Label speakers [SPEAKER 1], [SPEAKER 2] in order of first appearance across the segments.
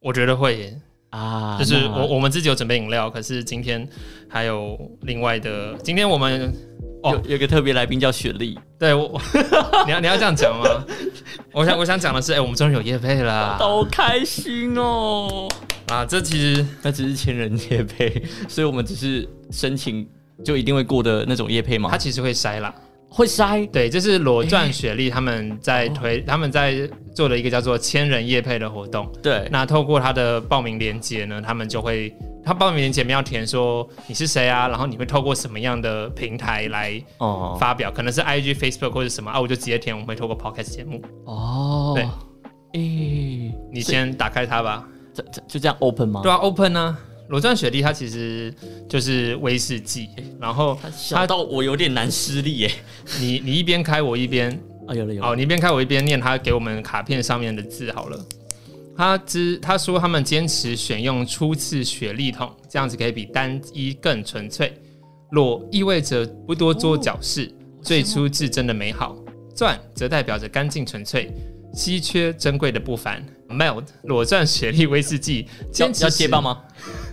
[SPEAKER 1] 我觉得会耶，
[SPEAKER 2] 啊，
[SPEAKER 1] 就是
[SPEAKER 2] 那
[SPEAKER 1] 我我们自己有准备饮料，可是今天还有另外的，今天我们哦
[SPEAKER 2] 有有个特别来宾叫雪莉，
[SPEAKER 1] 对我，我 你要你要这样讲吗？我想我想讲的是，哎、我们终于有夜配啦！
[SPEAKER 2] 好开心哦！
[SPEAKER 1] 啊，这其实
[SPEAKER 2] 那只是千人夜配，所以我们只是申请就一定会过的那种夜配吗
[SPEAKER 1] 哦它？其实会筛啦，
[SPEAKER 2] 会筛
[SPEAKER 1] 对，这是裸钻雪莉他们
[SPEAKER 2] 哦
[SPEAKER 1] 在推，他们在做的一个叫做千人夜配的活动。
[SPEAKER 2] 对，
[SPEAKER 1] 那透过他的报名链接呢，他们就会，他报名链接里面要填说你是谁啊，然后你会透过什么样的平台来
[SPEAKER 2] 哦
[SPEAKER 1] 发表，可能是 IG、Facebook 或者什么啊，我就直接填，我们会透过 Podcast 节目，
[SPEAKER 2] 哦，
[SPEAKER 1] 对
[SPEAKER 2] 诶、
[SPEAKER 1] 你先打开它吧。
[SPEAKER 2] 这这就这样 open 吗？
[SPEAKER 1] 对啊，Open 呢、裸钻雪莉它其实就是威士忌，然后
[SPEAKER 2] 他想到我有点难施力耶。
[SPEAKER 1] 你你一边开我一边
[SPEAKER 2] 啊，有了有了，
[SPEAKER 1] 哦，你一边开我一边念他给我们卡片上面的字好了。他之他说他们坚持选用初次雪莉桶，这样子可以比单一更纯粹。裸意味着不多做矫饰，
[SPEAKER 2] 哦
[SPEAKER 1] 最初至真的美好；钻则代表着干净纯粹，稀缺珍贵的不凡。Melt 裸钻雪莉威士忌，
[SPEAKER 2] 要
[SPEAKER 1] 坚持
[SPEAKER 2] 要接
[SPEAKER 1] 使
[SPEAKER 2] 棒吗？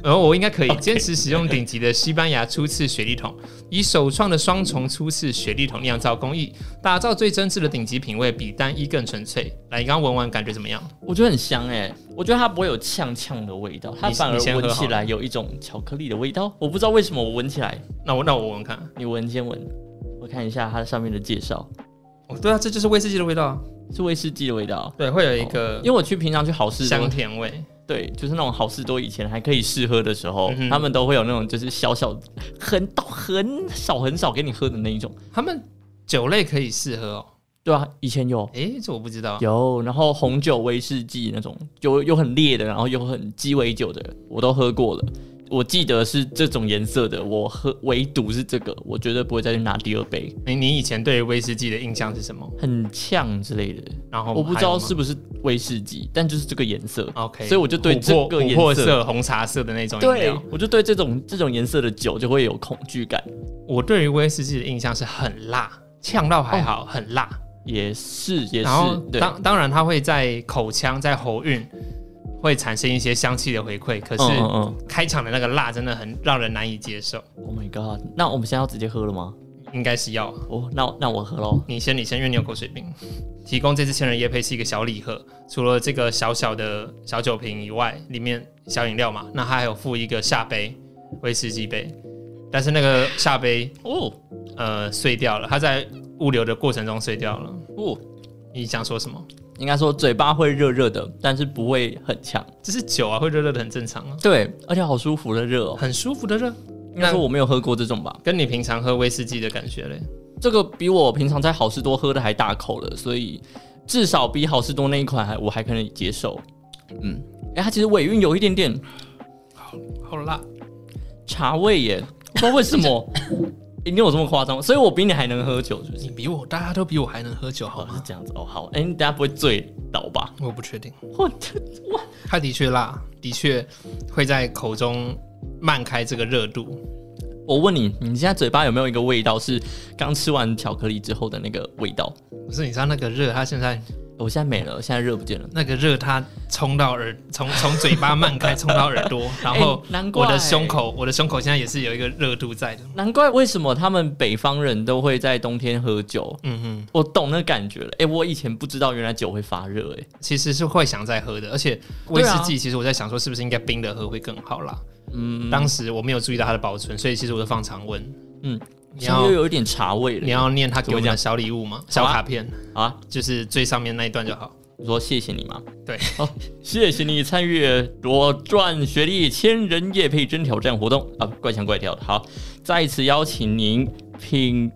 [SPEAKER 1] 然后我应该可以坚持使用顶级的西班牙初次雪莉桶，以首创的双重初次雪莉桶酿造工艺，打造最真挚的顶级品味，比单一更纯粹。来，你刚刚闻完感觉怎么样？
[SPEAKER 2] 我觉得很香哎，我觉得它不会有呛呛的味道，它
[SPEAKER 1] 你
[SPEAKER 2] 反而
[SPEAKER 1] 你先喝
[SPEAKER 2] 闻
[SPEAKER 1] 好
[SPEAKER 2] 起来有一种巧克力的味道。我不知道为什么我闻起来，
[SPEAKER 1] 那我那我闻看。
[SPEAKER 2] 你闻先闻，我看一下它上面的介绍，
[SPEAKER 1] 哦，对啊，这就是威士忌的味道啊。
[SPEAKER 2] 是威士忌的味道。
[SPEAKER 1] 对，会有一个
[SPEAKER 2] 因为我去平常去好事
[SPEAKER 1] 香
[SPEAKER 2] 多，
[SPEAKER 1] 甜味。
[SPEAKER 2] 对，就是那种好事多以前还可以试喝的时候，
[SPEAKER 1] 嗯哼
[SPEAKER 2] 他们都会有那种就是小小很到很少很少给你喝的那一种，
[SPEAKER 1] 他们酒类可以试喝哦。
[SPEAKER 2] 对啊，以前有
[SPEAKER 1] 诶，这我不知道。
[SPEAKER 2] 有，然后红酒、威士忌那种，有有很烈的，然后有很鸡尾酒的，我都喝过了。我记得是这种颜色的，我喝唯独是这个，我绝对不会再去拿第二杯，
[SPEAKER 1] 你你以前对威士忌的印象是什么？
[SPEAKER 2] 很呛之类的。
[SPEAKER 1] 然后
[SPEAKER 2] 我不知
[SPEAKER 1] 还有
[SPEAKER 2] 道
[SPEAKER 1] 吗
[SPEAKER 2] 是不是威士忌，但就是这个颜色，
[SPEAKER 1] OK，
[SPEAKER 2] 所以我就对
[SPEAKER 1] 琥
[SPEAKER 2] 这
[SPEAKER 1] 珀
[SPEAKER 2] 个
[SPEAKER 1] 琥
[SPEAKER 2] 颜
[SPEAKER 1] 珀
[SPEAKER 2] 色
[SPEAKER 1] 色、红茶色的那种饮
[SPEAKER 2] 对
[SPEAKER 1] 料。，
[SPEAKER 2] 我就对这种这种颜色的酒就会有恐惧感。
[SPEAKER 1] 我对于威士忌的印象是很辣，呛到还
[SPEAKER 2] 哦
[SPEAKER 1] 好，很辣。
[SPEAKER 2] 也是，也是
[SPEAKER 1] 然后，
[SPEAKER 2] 对，
[SPEAKER 1] 当当然它会在口腔在喉韵会产生一些香气的回馈，可
[SPEAKER 2] 嗯
[SPEAKER 1] 是
[SPEAKER 2] 嗯
[SPEAKER 1] 开场的那个辣真的很让人难以接受，
[SPEAKER 2] 嗯，Oh my god，那我们现在要直接喝了吗？
[SPEAKER 1] 应该是要
[SPEAKER 2] 哦，那那我喝喽。
[SPEAKER 1] 你先你先，因为你有口水病。提供这次千人夜配是一个小礼盒，除了这个小小的小酒瓶以外，里面小饮料嘛，那它还有附一个下杯威士忌杯，但是那个下杯
[SPEAKER 2] 哦
[SPEAKER 1] 呃碎掉了，它在物流的过程中碎掉了。
[SPEAKER 2] 哦，
[SPEAKER 1] 你想说什么？
[SPEAKER 2] 应该说嘴巴会热热的，但是不会很呛。
[SPEAKER 1] 这是酒啊，会热热的很正常啊，
[SPEAKER 2] 对，而且好舒服的热哦。
[SPEAKER 1] 很舒服的热。
[SPEAKER 2] 应该说我没有喝过这种吧，
[SPEAKER 1] 跟你平常喝威士忌的感觉嘞，
[SPEAKER 2] 这个比我平常在好事多喝的还大口了，所以至少比好事多那一款还我还可能接受。嗯，哎、它其实尾韵有一点点
[SPEAKER 1] 好辣。
[SPEAKER 2] 茶味耶，不知道为什么。诶你有这么夸张？所以我比你还能喝酒，是不是？
[SPEAKER 1] 你比我，大家都比我还能喝酒，好
[SPEAKER 2] 哦，是
[SPEAKER 1] 吗？
[SPEAKER 2] 这样子哦。好，哎、你等下不会醉倒吧？
[SPEAKER 1] 我不确定，
[SPEAKER 2] 我这
[SPEAKER 1] 它的确辣，的确会在口中漫开这个热度。
[SPEAKER 2] 我问你，你现在嘴巴有没有一个味道是刚吃完巧克力之后的那个味道？
[SPEAKER 1] 不是，你知道那个热，它现在
[SPEAKER 2] 我现在没了，现在热不见了。
[SPEAKER 1] 那个热，它冲到耳，从从嘴巴漫开，冲到耳 朵，然后
[SPEAKER 2] 哎难怪
[SPEAKER 1] 我的胸口，我的胸口现在也是有一个热度在的。
[SPEAKER 2] 难怪为什么他们北方人都会在冬天喝酒，
[SPEAKER 1] 嗯嗯，
[SPEAKER 2] 我懂那感觉了。哎、我以前不知道原来酒会发热、哎诶
[SPEAKER 1] 其实是会想再喝的，而且威士忌，其实我在想说，是不是应该冰的喝会更好啦？啊嗯，当时我没有注意到它的保存，所以其实我都放常温。你要
[SPEAKER 2] 稍微有一点茶味
[SPEAKER 1] 你
[SPEAKER 2] 了。
[SPEAKER 1] 要念他给我们的小礼物吗？
[SPEAKER 2] 怎么讲
[SPEAKER 1] 小
[SPEAKER 2] 好啊
[SPEAKER 1] 卡片，
[SPEAKER 2] 好啊，
[SPEAKER 1] 就是最上面那一段就好。
[SPEAKER 2] 我说谢谢你嘛。
[SPEAKER 1] 对，
[SPEAKER 2] 哦，谢谢你参与裸赚学历千人夜配真挑战活动啊，怪腔怪调的。好，再次邀请您 品。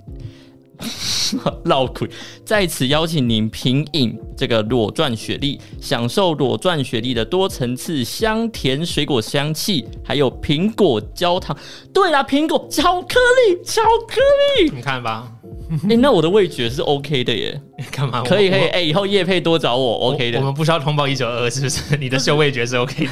[SPEAKER 2] 绕口，在此邀请您品饮这个裸钻雪莉，享受裸钻雪莉的多层次香甜水果香气，还有苹果焦糖。对啦，苹果巧克力，巧克 力。
[SPEAKER 1] 你看吧，
[SPEAKER 2] 哎、那我的味觉是 OK 的耶，
[SPEAKER 1] 干嘛？
[SPEAKER 2] 可以可以。
[SPEAKER 1] 我。
[SPEAKER 2] 哎、以后叶配多找我
[SPEAKER 1] 我
[SPEAKER 2] ，OK 的
[SPEAKER 1] 我。们不需要通报一九二，是不是？你的嗅味觉是 OK 的。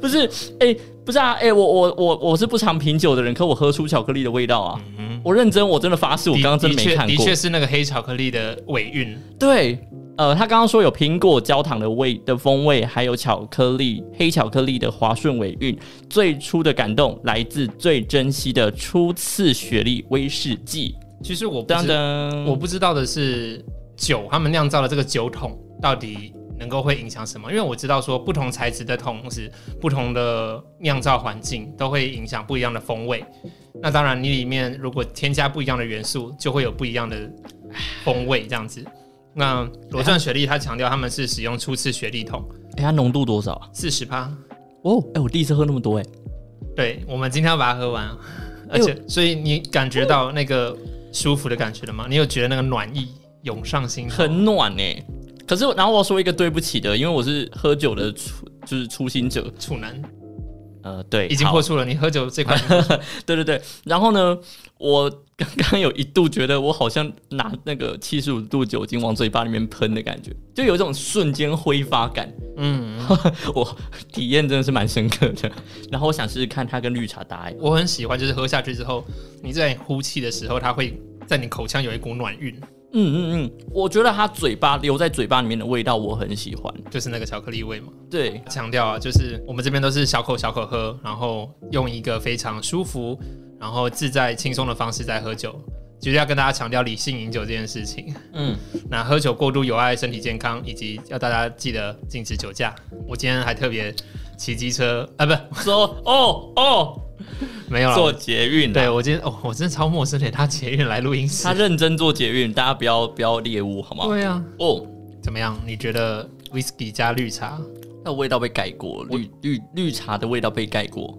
[SPEAKER 2] 不是，哎、不是啊，哎、我我我我是不常品酒的人，可我喝出巧克力的味道啊！我认真，我真的发誓，我刚刚真
[SPEAKER 1] 嗯的
[SPEAKER 2] 没
[SPEAKER 1] 确
[SPEAKER 2] 看
[SPEAKER 1] 的
[SPEAKER 2] 过
[SPEAKER 1] 确。是那个黑巧克力的尾韵。
[SPEAKER 2] 对，呃，他刚刚说有苹果焦糖的味的风味，还有巧克力黑巧克力的滑顺尾韵。最初的感动来自最珍惜的初次雪莉威士忌。
[SPEAKER 1] 其实我不
[SPEAKER 2] 当
[SPEAKER 1] 知
[SPEAKER 2] 当，
[SPEAKER 1] 我不知道的是酒，他们酿造的这个酒桶到底能够会影响什么？因为我知道说不同材质的桶子，不同的酿造环境都会影响不一样的风味。那当然，你里面如果添加不一样的元素，就会有不一样的风味这样子。那
[SPEAKER 2] 啊
[SPEAKER 1] 罗钻雪莉它强调他们是使用初次雪莉桶，
[SPEAKER 2] 哎、它浓度多少啊？
[SPEAKER 1] 四十趴。
[SPEAKER 2] 哦，哎、我第一次喝那么多、哎，
[SPEAKER 1] 对，我们今天要把它喝完啊，
[SPEAKER 2] 哎
[SPEAKER 1] 而
[SPEAKER 2] 呦
[SPEAKER 1] 且所以你感觉到那个舒服的感觉了吗？你有觉得那个暖意涌上心头？
[SPEAKER 2] 很暖哎、可是，然后我要说一个对不起的，因为我是喝酒的初，就是初心者。
[SPEAKER 1] 处男
[SPEAKER 2] 呃，对，
[SPEAKER 1] 已经
[SPEAKER 2] 好
[SPEAKER 1] 破处了，你喝酒这款
[SPEAKER 2] 对对对，然后呢，我刚刚有一度觉得我好像拿那个七十五度酒精往嘴巴里面喷的感觉，就有一种瞬间挥发感，
[SPEAKER 1] 嗯，
[SPEAKER 2] 我体验真的是蛮深刻的。然后我想试试看它跟绿茶搭、欸，
[SPEAKER 1] 我很喜欢，就是喝下去之后，你在呼气的时候，它会在你口腔有一股暖韵，
[SPEAKER 2] 嗯嗯嗯，我觉得它嘴巴留在嘴巴里面的味道我很喜欢。
[SPEAKER 1] 就是那个巧克力味嘛。
[SPEAKER 2] 对，
[SPEAKER 1] 强调啊，就是我们这边都是小口小口喝，然后用一个非常舒服、然后自在轻松的方式在喝酒。就是要跟大家强调理性饮酒这件事情。
[SPEAKER 2] 嗯，
[SPEAKER 1] 那喝酒过度有害身体健康，以及要大家记得禁止酒驾。我今天还特别骑机车啊，不，
[SPEAKER 2] 说哦 哦，
[SPEAKER 1] 没有了。
[SPEAKER 2] 做捷运、啊，
[SPEAKER 1] 对，我今天哦，我真的超陌生的，他捷运来录音室
[SPEAKER 2] 他。认真做捷运，大家不要不要猎物好吗？
[SPEAKER 1] 对啊，
[SPEAKER 2] 哦，
[SPEAKER 1] 怎么样？你觉得 whisky 加绿茶
[SPEAKER 2] 那味道被盖过，绿绿绿茶的味道被盖过。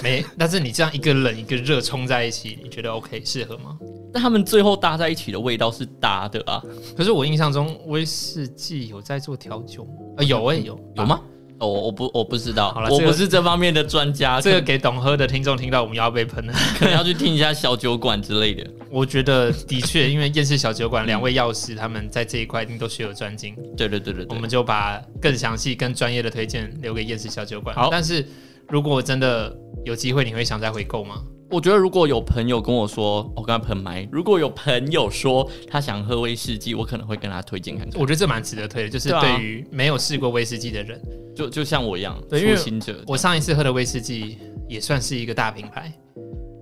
[SPEAKER 1] 没？但是你这样一个冷一个热冲在一起，你觉得 OK 适合吗？
[SPEAKER 2] 但他们最后搭在一起的味道是搭的啊，
[SPEAKER 1] 可是我印象中威士忌有在做调酒吗，啊、有哎、有
[SPEAKER 2] 有？吗？哦，我不我不知道，
[SPEAKER 1] 好了
[SPEAKER 2] 我
[SPEAKER 1] 这个
[SPEAKER 2] 不是这方面的专家，
[SPEAKER 1] 啊这
[SPEAKER 2] 这
[SPEAKER 1] 个
[SPEAKER 2] 个
[SPEAKER 1] 给懂喝的听众听到，我们要被喷了。
[SPEAKER 2] 可能要 去听一下小酒馆之类的。
[SPEAKER 1] 我觉得的确，因为厌世小酒馆两位药师他们在这一块一定都学有专精，
[SPEAKER 2] 对对对对
[SPEAKER 1] 我
[SPEAKER 2] 对，
[SPEAKER 1] 们就把更详细、更专业的推荐留给厌世小酒馆。
[SPEAKER 2] 好
[SPEAKER 1] 但是如果真的有机会，你会想再回购吗？
[SPEAKER 2] 我觉得如果有朋友跟我说，哦我跟他喷麦，如果有朋友说他想喝威士忌，我可能会跟他推荐看看，
[SPEAKER 1] 我觉得这蛮值得推的，就是
[SPEAKER 2] 对啊
[SPEAKER 1] 对于没有试过威士忌的人。
[SPEAKER 2] 就就像我一样，
[SPEAKER 1] 对因为
[SPEAKER 2] 初心者。
[SPEAKER 1] 我上一次喝的威士忌也算是一个大品牌，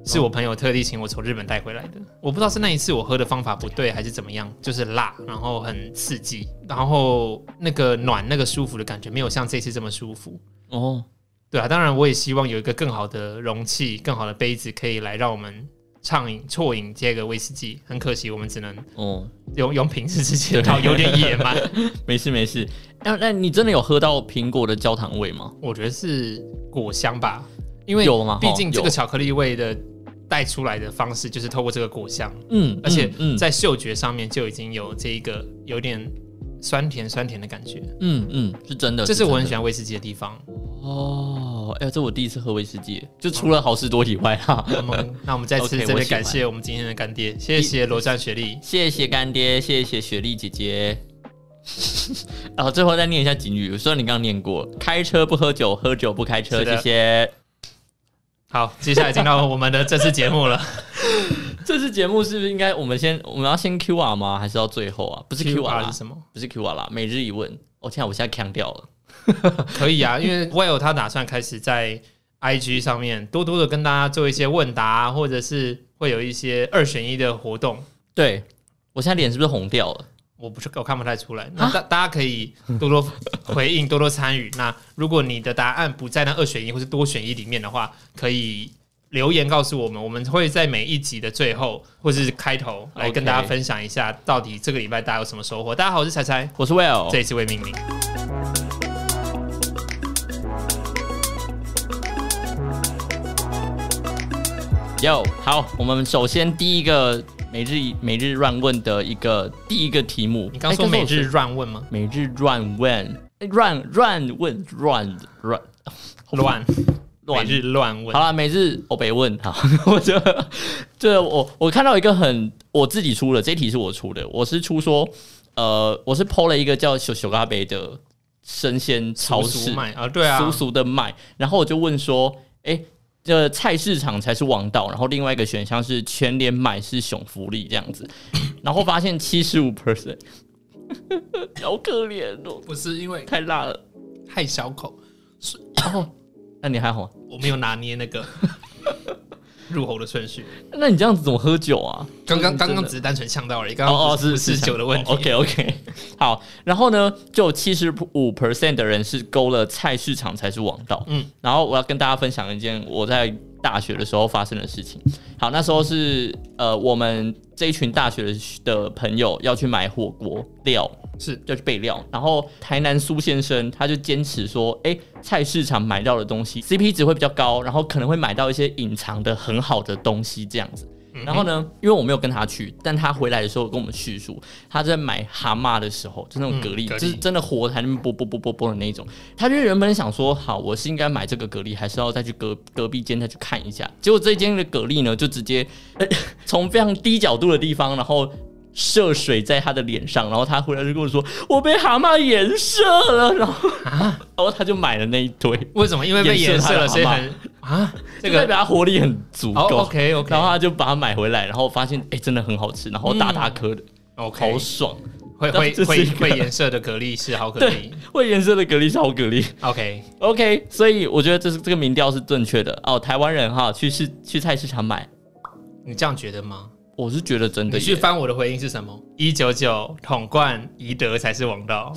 [SPEAKER 1] 是我朋友特地请我从日本带回来的。我不知道是那一次我喝的方法不对还是怎么样，就是辣，然后很刺激，然后那个暖、那个舒服的感觉没有像这次这么舒服。
[SPEAKER 2] 哦，
[SPEAKER 1] 对啊，当然我也希望有一个更好的容器、更好的杯子，可以来让我们畅饮、啜饮这个威士忌。很可惜，我们只能
[SPEAKER 2] 哦，
[SPEAKER 1] 用用瓶子之间，好有点野蛮。
[SPEAKER 2] 没事没事。那那你真的有喝到苹果的焦糖味吗？
[SPEAKER 1] 我觉得是果香吧，因为
[SPEAKER 2] 有吗
[SPEAKER 1] 毕竟
[SPEAKER 2] 哦
[SPEAKER 1] 这个
[SPEAKER 2] 有
[SPEAKER 1] 巧克力味的带出来的方式就是透过这个果香，
[SPEAKER 2] 嗯，
[SPEAKER 1] 而且
[SPEAKER 2] 嗯
[SPEAKER 1] 在嗅觉上面就已经有这一个有点酸甜酸甜的感觉，
[SPEAKER 2] 嗯嗯是真的，
[SPEAKER 1] 这是我
[SPEAKER 2] 真
[SPEAKER 1] 很
[SPEAKER 2] 的
[SPEAKER 1] 喜欢威士忌的地方。
[SPEAKER 2] 哦，哎、呀，这我第一次喝威士忌，就除了好事多以外啊哈。
[SPEAKER 1] 我们 那我们再次
[SPEAKER 2] OK，
[SPEAKER 1] 这
[SPEAKER 2] 我
[SPEAKER 1] 边
[SPEAKER 2] 喜欢
[SPEAKER 1] 感谢我们今天的干爹， 谢谢罗战雪莉。
[SPEAKER 2] 谢谢干爹，谢谢雪莉姐 姐。然后最后再念一下警语，虽然你刚刚念过，开车不喝酒，喝酒不开车，
[SPEAKER 1] 是
[SPEAKER 2] 谢
[SPEAKER 1] 的
[SPEAKER 2] 谢。
[SPEAKER 1] 好，接下来进到我们的正式节目 了。
[SPEAKER 2] 这次节目是不是应该我们先我们要先 Q R 吗？还是到最后啊？不是 Q R 啦
[SPEAKER 1] 是，什么？
[SPEAKER 2] 不是 Q R 啦，每日一问。哦天啊，我现在腔掉了。
[SPEAKER 1] 可以啊，因 为 Will 他打算开始在 IG 上面多多的跟大家做一些问答，或者是会有一些二选一的活动。
[SPEAKER 2] 对，我现在脸是不是红掉了？
[SPEAKER 1] 我不是我看不太出来，那大大家可以多 多回应，多多参与。那如果你的答案不在那二选一或是多选一里面的话，可以留言告诉我们，我们会在每一集的最后或是开头来
[SPEAKER 2] OK
[SPEAKER 1] 跟大家分享一下，到底这个礼拜大家有什么收获。大家好，我是彩彩，
[SPEAKER 2] 我是 Well，
[SPEAKER 1] 这一次为命名。
[SPEAKER 2] Yo，好，我们首先第一个每日每日乱问的一个第一个题目，
[SPEAKER 1] 你刚
[SPEAKER 2] 哎
[SPEAKER 1] 说每
[SPEAKER 2] 可是
[SPEAKER 1] 日
[SPEAKER 2] 我
[SPEAKER 1] 乱问吗？
[SPEAKER 2] 每日乱问哎乱乱问乱乱
[SPEAKER 1] 乱每
[SPEAKER 2] 乱
[SPEAKER 1] 日乱问
[SPEAKER 2] 好。了，每日我被问好， 我觉得这我我看到一个很我自己出的，这一题是我出的，我是出说呃，我是 PO 了一个叫小小咖杯的生鲜超
[SPEAKER 1] 叔
[SPEAKER 2] 市
[SPEAKER 1] 叔，卖啊，对啊，
[SPEAKER 2] 俗俗的卖。然后我就问说，哎、这菜市场才是王道，然后另外一个选 项是全联买是熊福利这样子，然后发现七十五 percent 好可怜哦，
[SPEAKER 3] 不是因为
[SPEAKER 2] 太辣了。
[SPEAKER 3] 害小口，
[SPEAKER 2] 那你还好吗？
[SPEAKER 3] 我没有拿捏那 个入喉的顺序。
[SPEAKER 2] 那你这样子怎么喝酒啊？
[SPEAKER 3] 刚刚
[SPEAKER 2] 嗯
[SPEAKER 3] 刚
[SPEAKER 2] 真
[SPEAKER 3] 刚
[SPEAKER 2] 的
[SPEAKER 3] 只是单纯呛到而已，刚刚
[SPEAKER 2] 哦哦，
[SPEAKER 3] 不是
[SPEAKER 2] 是
[SPEAKER 3] 不是酒的问题。
[SPEAKER 2] OK OK，好， 然后呢，就七十五 percent 的人是勾了菜市场才是王道。嗯
[SPEAKER 3] 嗯，
[SPEAKER 2] 然后我要跟大家分享一件我在大学的时候发生的事情。好，那时候是呃，我们这一群大学的的朋友要去买火锅料，
[SPEAKER 3] 是
[SPEAKER 2] 要去备料。然后台南苏先生他就坚持说，哎，菜市场买到的东西 CP 值会比较高，然后可能会买到一些隐藏的很好的东西这样子。
[SPEAKER 3] 嗯
[SPEAKER 2] 然后呢，因为我没有跟他去，但他回来的时候跟我们叙述，他在买蛤蟆的时候，就那种
[SPEAKER 3] 嗯
[SPEAKER 2] 蛤蜊，
[SPEAKER 3] 蛤蜊
[SPEAKER 2] 就是真的活的还在那边啵啵啵啵啵的那种。他就原本想说，好，我是应该买这个蛤蜊，还是要再去隔隔壁间再去看一下？结果这间的蛤蜊呢，就直接呃 从非常低角度的地方，然后。射水在他的脸上，然后他回来就跟我说：“我被蛤蟆颜射了。”然后， 然后他就买了那一堆，
[SPEAKER 1] 为什么？因为被
[SPEAKER 2] 颜
[SPEAKER 1] 颜
[SPEAKER 2] 色
[SPEAKER 1] 色
[SPEAKER 2] 了
[SPEAKER 1] 了，所以
[SPEAKER 2] 好吗
[SPEAKER 1] 很啊，这
[SPEAKER 2] 这
[SPEAKER 1] 个
[SPEAKER 2] 个代哦
[SPEAKER 1] 哦
[SPEAKER 2] 表他活力很足
[SPEAKER 1] 好
[SPEAKER 2] 够。
[SPEAKER 1] OK
[SPEAKER 2] 然
[SPEAKER 1] OK
[SPEAKER 2] 后他就把它买回来，然后发现哎、诶真的很好吃，然后大大颗的，好
[SPEAKER 1] OK，
[SPEAKER 2] 爽。
[SPEAKER 1] 会
[SPEAKER 2] 这
[SPEAKER 1] 会
[SPEAKER 2] 是
[SPEAKER 1] 会
[SPEAKER 2] 一个
[SPEAKER 1] 会颜色的蛤蜊是好蛤
[SPEAKER 2] 对
[SPEAKER 1] 蜊。，
[SPEAKER 2] 会颜色的蛤蜊是好蛤蜊。
[SPEAKER 1] OK，
[SPEAKER 2] OK，所以我觉得这是这个民调是正确的哦。台湾人哈，去市去菜市场买，
[SPEAKER 1] 你这样觉得吗？
[SPEAKER 2] 我是觉得真的
[SPEAKER 1] 你去
[SPEAKER 2] 耶。
[SPEAKER 1] 翻我的回应是什么？一九九统冠宜德才是王道。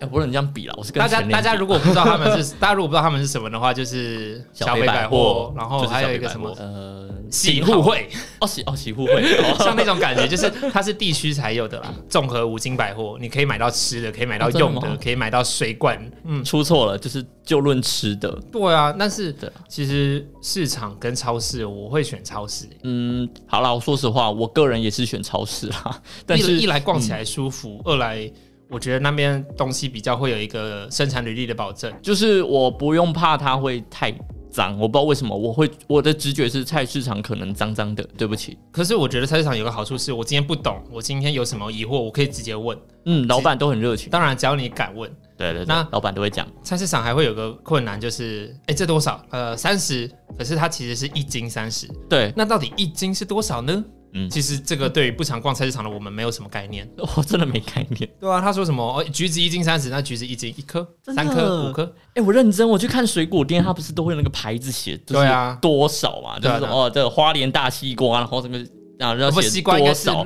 [SPEAKER 2] 哎，不能这样比了，我是跟
[SPEAKER 1] 大家
[SPEAKER 2] 前年
[SPEAKER 1] 大家
[SPEAKER 2] 比
[SPEAKER 1] 如果不知道他们是，大 家如果不知道他们是什么的话，就是
[SPEAKER 2] 小
[SPEAKER 1] 北
[SPEAKER 2] 百
[SPEAKER 1] 百货，然后
[SPEAKER 2] 就是
[SPEAKER 1] 还
[SPEAKER 2] 小
[SPEAKER 1] 有一
[SPEAKER 2] 北
[SPEAKER 1] 个
[SPEAKER 2] 百
[SPEAKER 1] 什
[SPEAKER 2] 货
[SPEAKER 1] 么
[SPEAKER 2] 呃
[SPEAKER 1] 喜互惠，
[SPEAKER 2] 哦喜哦喜互惠，哦
[SPEAKER 1] 像那种感觉，就是它是地区才有的啦。综合五金百货，你可以买到吃的，可以买到
[SPEAKER 2] 哦真的
[SPEAKER 1] 用
[SPEAKER 2] 吗
[SPEAKER 1] 的，可以买到水管。嗯，
[SPEAKER 2] 出错了，就是就论吃的，
[SPEAKER 1] 对啊。但是
[SPEAKER 2] 对啊
[SPEAKER 1] 其实市场跟超市，我会选超市。
[SPEAKER 2] 嗯，好啦，我说实话，我个人也是选超市啦， 但是嗯
[SPEAKER 1] 一一来逛起来舒服，二来我觉得那边东西比较会有一个生产履历的保证。
[SPEAKER 2] 就是我不用怕它会太脏，我不知道为什么我会我的直觉是菜市场可能脏脏的，对不起，
[SPEAKER 1] 可是我觉得菜市场有个好处是，我今天不懂，我今天有什么疑惑，我可以直接问。
[SPEAKER 2] 嗯，老板都很热情，
[SPEAKER 1] 当然，只要你敢问。
[SPEAKER 2] 对对对
[SPEAKER 1] 那，
[SPEAKER 2] 老板都会讲，
[SPEAKER 1] 菜市场还会有个困难，就是哎、诶这多少？呃，三十。可是它其实是一斤三十，
[SPEAKER 2] 对，
[SPEAKER 1] 那到底一斤是多少呢？
[SPEAKER 2] 嗯
[SPEAKER 1] 嗯，其实这个对于不常逛菜市场的我们没有什么概念。
[SPEAKER 2] 我真的没概念，
[SPEAKER 1] 对啊，他说什么？哦，橘子一斤三十，那橘子一斤一颗、
[SPEAKER 2] 真的
[SPEAKER 1] 三颗、五颗，
[SPEAKER 2] 哎、我认真，我去看水果店，它不是都会有那个牌子写，就是
[SPEAKER 1] 对啊
[SPEAKER 2] 多少嘛，就
[SPEAKER 1] 对啊
[SPEAKER 2] 是
[SPEAKER 1] 对
[SPEAKER 2] 说
[SPEAKER 1] 啊
[SPEAKER 2] 哦，这个花莲大西瓜，然后什么，然后要
[SPEAKER 1] 不，
[SPEAKER 2] 写
[SPEAKER 1] 西瓜应该
[SPEAKER 2] 多
[SPEAKER 1] 是
[SPEAKER 2] 少，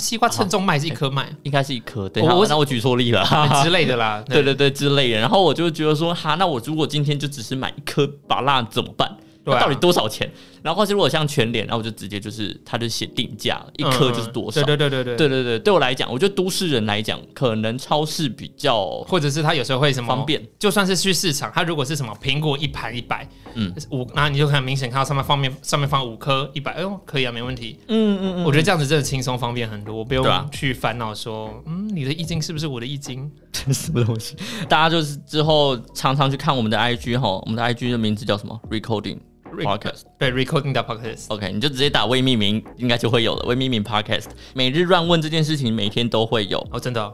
[SPEAKER 1] 西瓜称重卖是一颗卖、
[SPEAKER 2] 应该是一颗，对，
[SPEAKER 1] 我
[SPEAKER 2] 好
[SPEAKER 1] 我
[SPEAKER 2] 那我举错例了，哈哈
[SPEAKER 1] 之类的啦。
[SPEAKER 2] 啊对对对之类的，然后我就觉得说，哈，那我如果今天就只是买一颗芭辣怎么办？
[SPEAKER 1] 对啊
[SPEAKER 2] 那到底多少钱？然后或是如果像全脸，然后我就直接就是，他就写定价，一颗就是多少。
[SPEAKER 1] 嗯对对对对
[SPEAKER 2] 对对对，对我来讲，我觉得都市人来讲，可能超市比较
[SPEAKER 1] 或者是他有时候会什么
[SPEAKER 2] 方便，
[SPEAKER 1] 就算是去市场，他如果是什么苹果一盘一百，
[SPEAKER 2] 嗯
[SPEAKER 1] 嗯，五，那你就很明显看到上面放面上面放五颗一百，哎呦，可以啊，没问题。
[SPEAKER 2] 嗯嗯
[SPEAKER 1] 我觉得这样子真的轻松方便很多，我不用
[SPEAKER 2] 对啊
[SPEAKER 1] 去烦恼说，嗯，你的易经是不是我的易经？
[SPEAKER 2] 嗯，什么东西？大家就是之后常常去看我们的 IG 哈，我们的 IG 的名字叫什么？Recording
[SPEAKER 1] Re-
[SPEAKER 2] Podcast。
[SPEAKER 1] 对，recording 的 podcast。
[SPEAKER 2] OK，你就直接打未命名，应该就会有了。未命名 Podcast，每日乱问这件事情，每天都会有。
[SPEAKER 1] 哦，真的哦、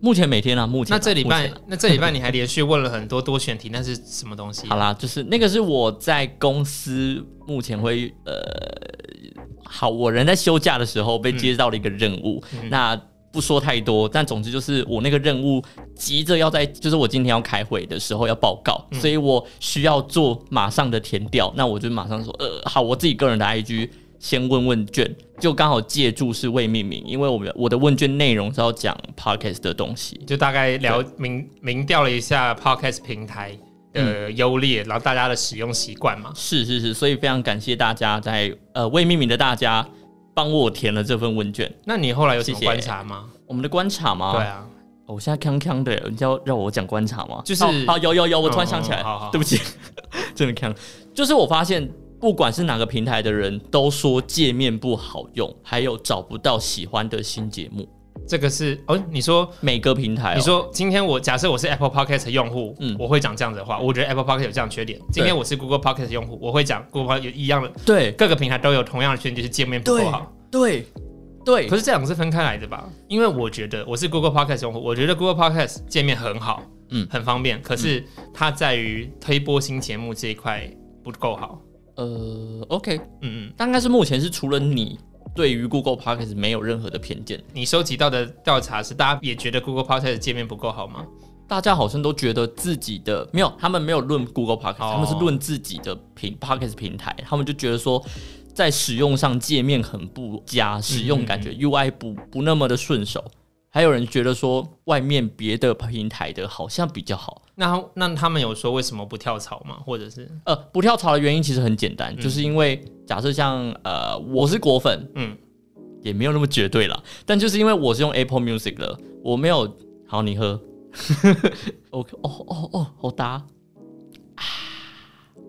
[SPEAKER 2] 目前每天啊，目前啊
[SPEAKER 1] 那这礼
[SPEAKER 2] 目前啊
[SPEAKER 1] 拜，那这礼拜你还连续问了很多多选题，那是什么东西？
[SPEAKER 2] 好啦，就是那个是我在公司目前会呃，好，我人在休假的时候被接到了一个任务，那。不说太多，但总之就是我那个任务急着要在，就是我今天要开会的时候要报告，所以我需要做马上的填调。那我就马上说，呃，好，我自己个人的 IG 先问问卷，就刚好借助是未命名，因为我们我的问卷内容是要讲 podcast 的东西，
[SPEAKER 1] 就大概聊明明调了一下 podcast 平台的优劣，然后大家的使用习惯嘛。
[SPEAKER 2] 是是是，所以非常感谢大家在呃未命名的大家帮我填了这份问卷。
[SPEAKER 1] 那你后来有什么
[SPEAKER 2] 谢谢
[SPEAKER 1] 观察吗？
[SPEAKER 2] 我们的观察吗？
[SPEAKER 1] 对啊，
[SPEAKER 2] 哦，我现在康康的，你要让我讲观察吗？
[SPEAKER 1] 就是
[SPEAKER 2] 哦好有有有，我突然
[SPEAKER 1] 嗯
[SPEAKER 2] 想起来，
[SPEAKER 1] 嗯好好
[SPEAKER 2] 对不起，真的康，就是我发现。不管是哪个平台的人都说界面不好用，还有找不到喜欢的新节目。
[SPEAKER 1] 这个是哦，你说
[SPEAKER 2] 每个平台、哦，
[SPEAKER 1] 你说今天我假设我是 Apple Podcast 的用户，
[SPEAKER 2] 嗯
[SPEAKER 1] 我会讲这样子的话，我觉得 Apple Podcast 有这样的缺点。今天我是 Google Podcast 的用户，我会讲 Google Podcast 有一样的，
[SPEAKER 2] 对
[SPEAKER 1] 各个平台都有同样的缺点，就是界面不
[SPEAKER 2] 对
[SPEAKER 1] 够好。
[SPEAKER 2] 对对，
[SPEAKER 1] 可是这两个是分开来的吧？因为我觉得我是 Google Podcast 用户，我觉得 Google Podcast 界面很好，
[SPEAKER 2] 嗯
[SPEAKER 1] 嗯，很方便。可是它在于推播新节目这一块不够好。
[SPEAKER 2] 呃，OK，
[SPEAKER 1] 嗯嗯，
[SPEAKER 2] 大概是目前是除了你对于 Google Podcast 没有任何的偏见。
[SPEAKER 1] 你收集到的调查是大家也觉得 Google Podcast 的界面不够好吗？
[SPEAKER 2] 大家好像都觉得自己的没有，他们没有论 Google Podcast，、
[SPEAKER 1] 哦
[SPEAKER 2] 他们是论自己的平 Podcast 平台，他们就觉得说。在使用上界面很不佳，使用感觉 UI 不不那么的顺手，还有人觉得说外面别的平台的好像比较好。
[SPEAKER 1] 那那他们有说为什么不跳槽吗？或者是
[SPEAKER 2] 呃，不跳槽的原因其实很简单，
[SPEAKER 1] 嗯
[SPEAKER 2] 就是因为假设像呃我是果粉，
[SPEAKER 1] 嗯，
[SPEAKER 2] 也没有那么绝对啦，但就是因为我是用 Apple Music 的，我没有好你喝 ，OK，哦哦哦，好搭，啊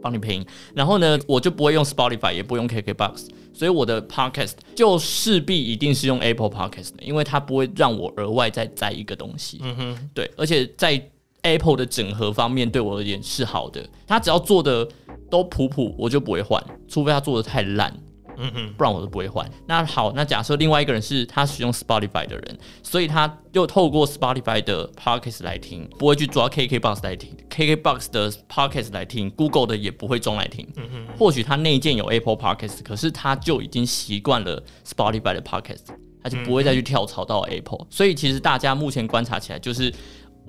[SPEAKER 2] 帮你拼。然后呢，我就不会用 Spotify，也不用 KKBox，所以我的 Podcast 就势必一定是用 Apple Podcast，的因为它不会让我额外再载一个东西。
[SPEAKER 1] 嗯哼，
[SPEAKER 2] 对，而且在 Apple 的整合方面对我而言是好的，它只要做的都普普，我就不会换，除非它做的太烂，
[SPEAKER 1] 嗯哼，
[SPEAKER 2] 不然我都不会换。那好，那假设另外一个人是他使用 Spotify 的人，所以他又透过 Spotify 的 Podcast 来听，不会去抓 KKBox 来听，KKBox 的 Podcast 来听，Google 的也不会中来听。
[SPEAKER 1] 嗯
[SPEAKER 2] 或许他内建有 Apple Podcast，可是他就已经习惯了 Spotify 的 Podcast，他就不会
[SPEAKER 1] 嗯
[SPEAKER 2] 再去跳槽到 Apple。所以其实大家目前观察起来就是。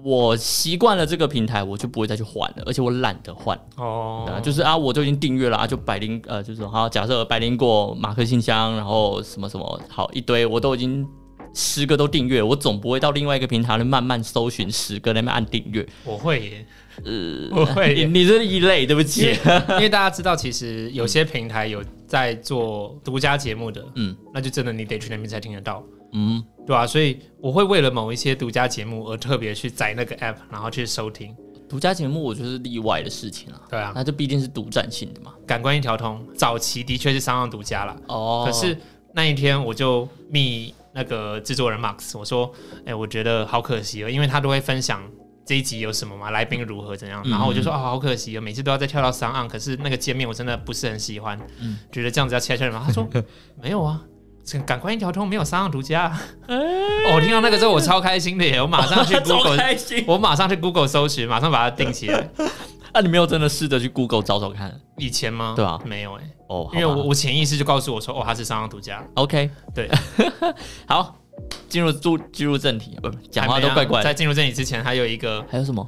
[SPEAKER 2] 我习惯了这个平台，我就不会再去换了，而且我懒得换。对啊，
[SPEAKER 1] 哦，
[SPEAKER 2] 就是啊，我就已经订阅了啊，就百灵呃，就是说好，假设百灵果、马克信箱，然后什么什么，好一堆，我都已经十个都订阅，我总不会到另外一个平台慢慢搜寻十个，那边按订阅。
[SPEAKER 1] 我会耶，呃，我会
[SPEAKER 2] 你
[SPEAKER 1] 耶，
[SPEAKER 2] 你这一类，对不起。
[SPEAKER 1] 因为大家知道，其实有些平台有在做独家节目的，
[SPEAKER 2] 嗯
[SPEAKER 1] 那就真的你得去那边才听得到，
[SPEAKER 2] 嗯，
[SPEAKER 1] 对啊吧、所以我会为了某一些独家节目而特别去载那个 app，然后去收听，
[SPEAKER 2] 独家节目我觉得是例外的事情啊，
[SPEAKER 1] 对啊，
[SPEAKER 2] 那就必定是独占性的嘛。
[SPEAKER 1] 感官一条通，早期的确是商用独家啦。
[SPEAKER 2] 哦
[SPEAKER 1] 可是那一天我就密那个制作人 Max，我说：“哎、我觉得好可惜哦，因为他都会分享这一集有什么嘛，来宾如何怎
[SPEAKER 2] 嗯
[SPEAKER 1] 样。”然后我就说：“哦，好可惜哦，每次都要再跳到商岸，可是那个界面我真的不是很喜欢，
[SPEAKER 2] 嗯
[SPEAKER 1] 觉得这样子要切切人嘛。” 他说：“没有啊。”感官一条通没有商用独家、啊，哦我听到那个之后我超开心的耶！我马上去
[SPEAKER 2] 超
[SPEAKER 1] Google，
[SPEAKER 2] 开心
[SPEAKER 1] 我马上去 Google 搜寻，马上把它定起来。
[SPEAKER 2] 啊！你没有真的试着去 Google 找找看
[SPEAKER 1] 以前吗？
[SPEAKER 2] 对啊
[SPEAKER 1] 没有哎、
[SPEAKER 2] 哦，好
[SPEAKER 1] 因为
[SPEAKER 2] 吧
[SPEAKER 1] 我我潜意识就告诉我说，哦，它是商用独家，
[SPEAKER 2] OK
[SPEAKER 1] 对，
[SPEAKER 2] 好，进入注进入正题，不讲话
[SPEAKER 1] 还没
[SPEAKER 2] 都
[SPEAKER 1] 啊
[SPEAKER 2] 怪怪
[SPEAKER 1] 在
[SPEAKER 2] 的。
[SPEAKER 1] 进入这里之前，还有一个
[SPEAKER 2] 还有什么？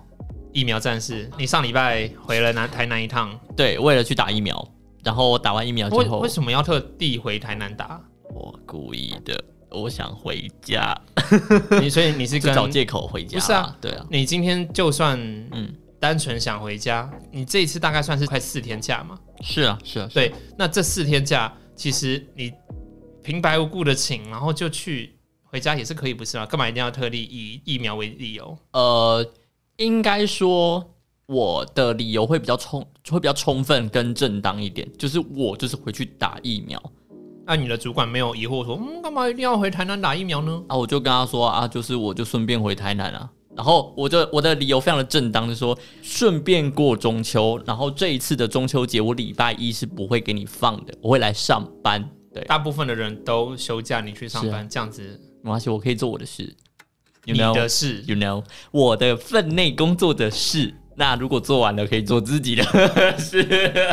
[SPEAKER 1] 疫苗战士，你上礼拜回了南台南一趟，
[SPEAKER 2] 对，为了去打疫苗，然后我打完疫苗
[SPEAKER 1] 为
[SPEAKER 2] 之后
[SPEAKER 1] 为，什么要特地回台南打？
[SPEAKER 2] 我故意的，我想回家，
[SPEAKER 1] 你所以你是
[SPEAKER 2] 就
[SPEAKER 1] 跟
[SPEAKER 2] 找借口回家。
[SPEAKER 1] 不是啊，
[SPEAKER 2] 对啊，
[SPEAKER 1] 你今天就算
[SPEAKER 2] 嗯，
[SPEAKER 1] 单纯想回家，你这一次大概算是快四天假嘛？
[SPEAKER 2] 是啊，是啊，
[SPEAKER 1] 对，那这四天假其实你平白无故的请，然后就去回家也是可以，不是吗？干嘛一定要特地以疫苗为理由？
[SPEAKER 2] 呃，应该说我的理由会比较充，会比较充分跟正当一点，就是我就是回去打疫苗
[SPEAKER 1] 那你的主管没有疑惑说，嗯，干嘛一定要回台南打疫苗呢？
[SPEAKER 2] 啊，我就跟他说啊，就是我就顺便回台南啊。然后我就我的理由非常的正当，就是说顺便过中秋，然后这一次的中秋节我礼拜一是不会给你放的，我会来上班。对，啊
[SPEAKER 1] 大部分的人都休假，你去上班，这样子
[SPEAKER 2] 没关系，我可以做我的事。You
[SPEAKER 1] 啊你
[SPEAKER 2] know,
[SPEAKER 1] 的事
[SPEAKER 2] you know，我的分内工作的事。那如果做完了，可以做自己的 事。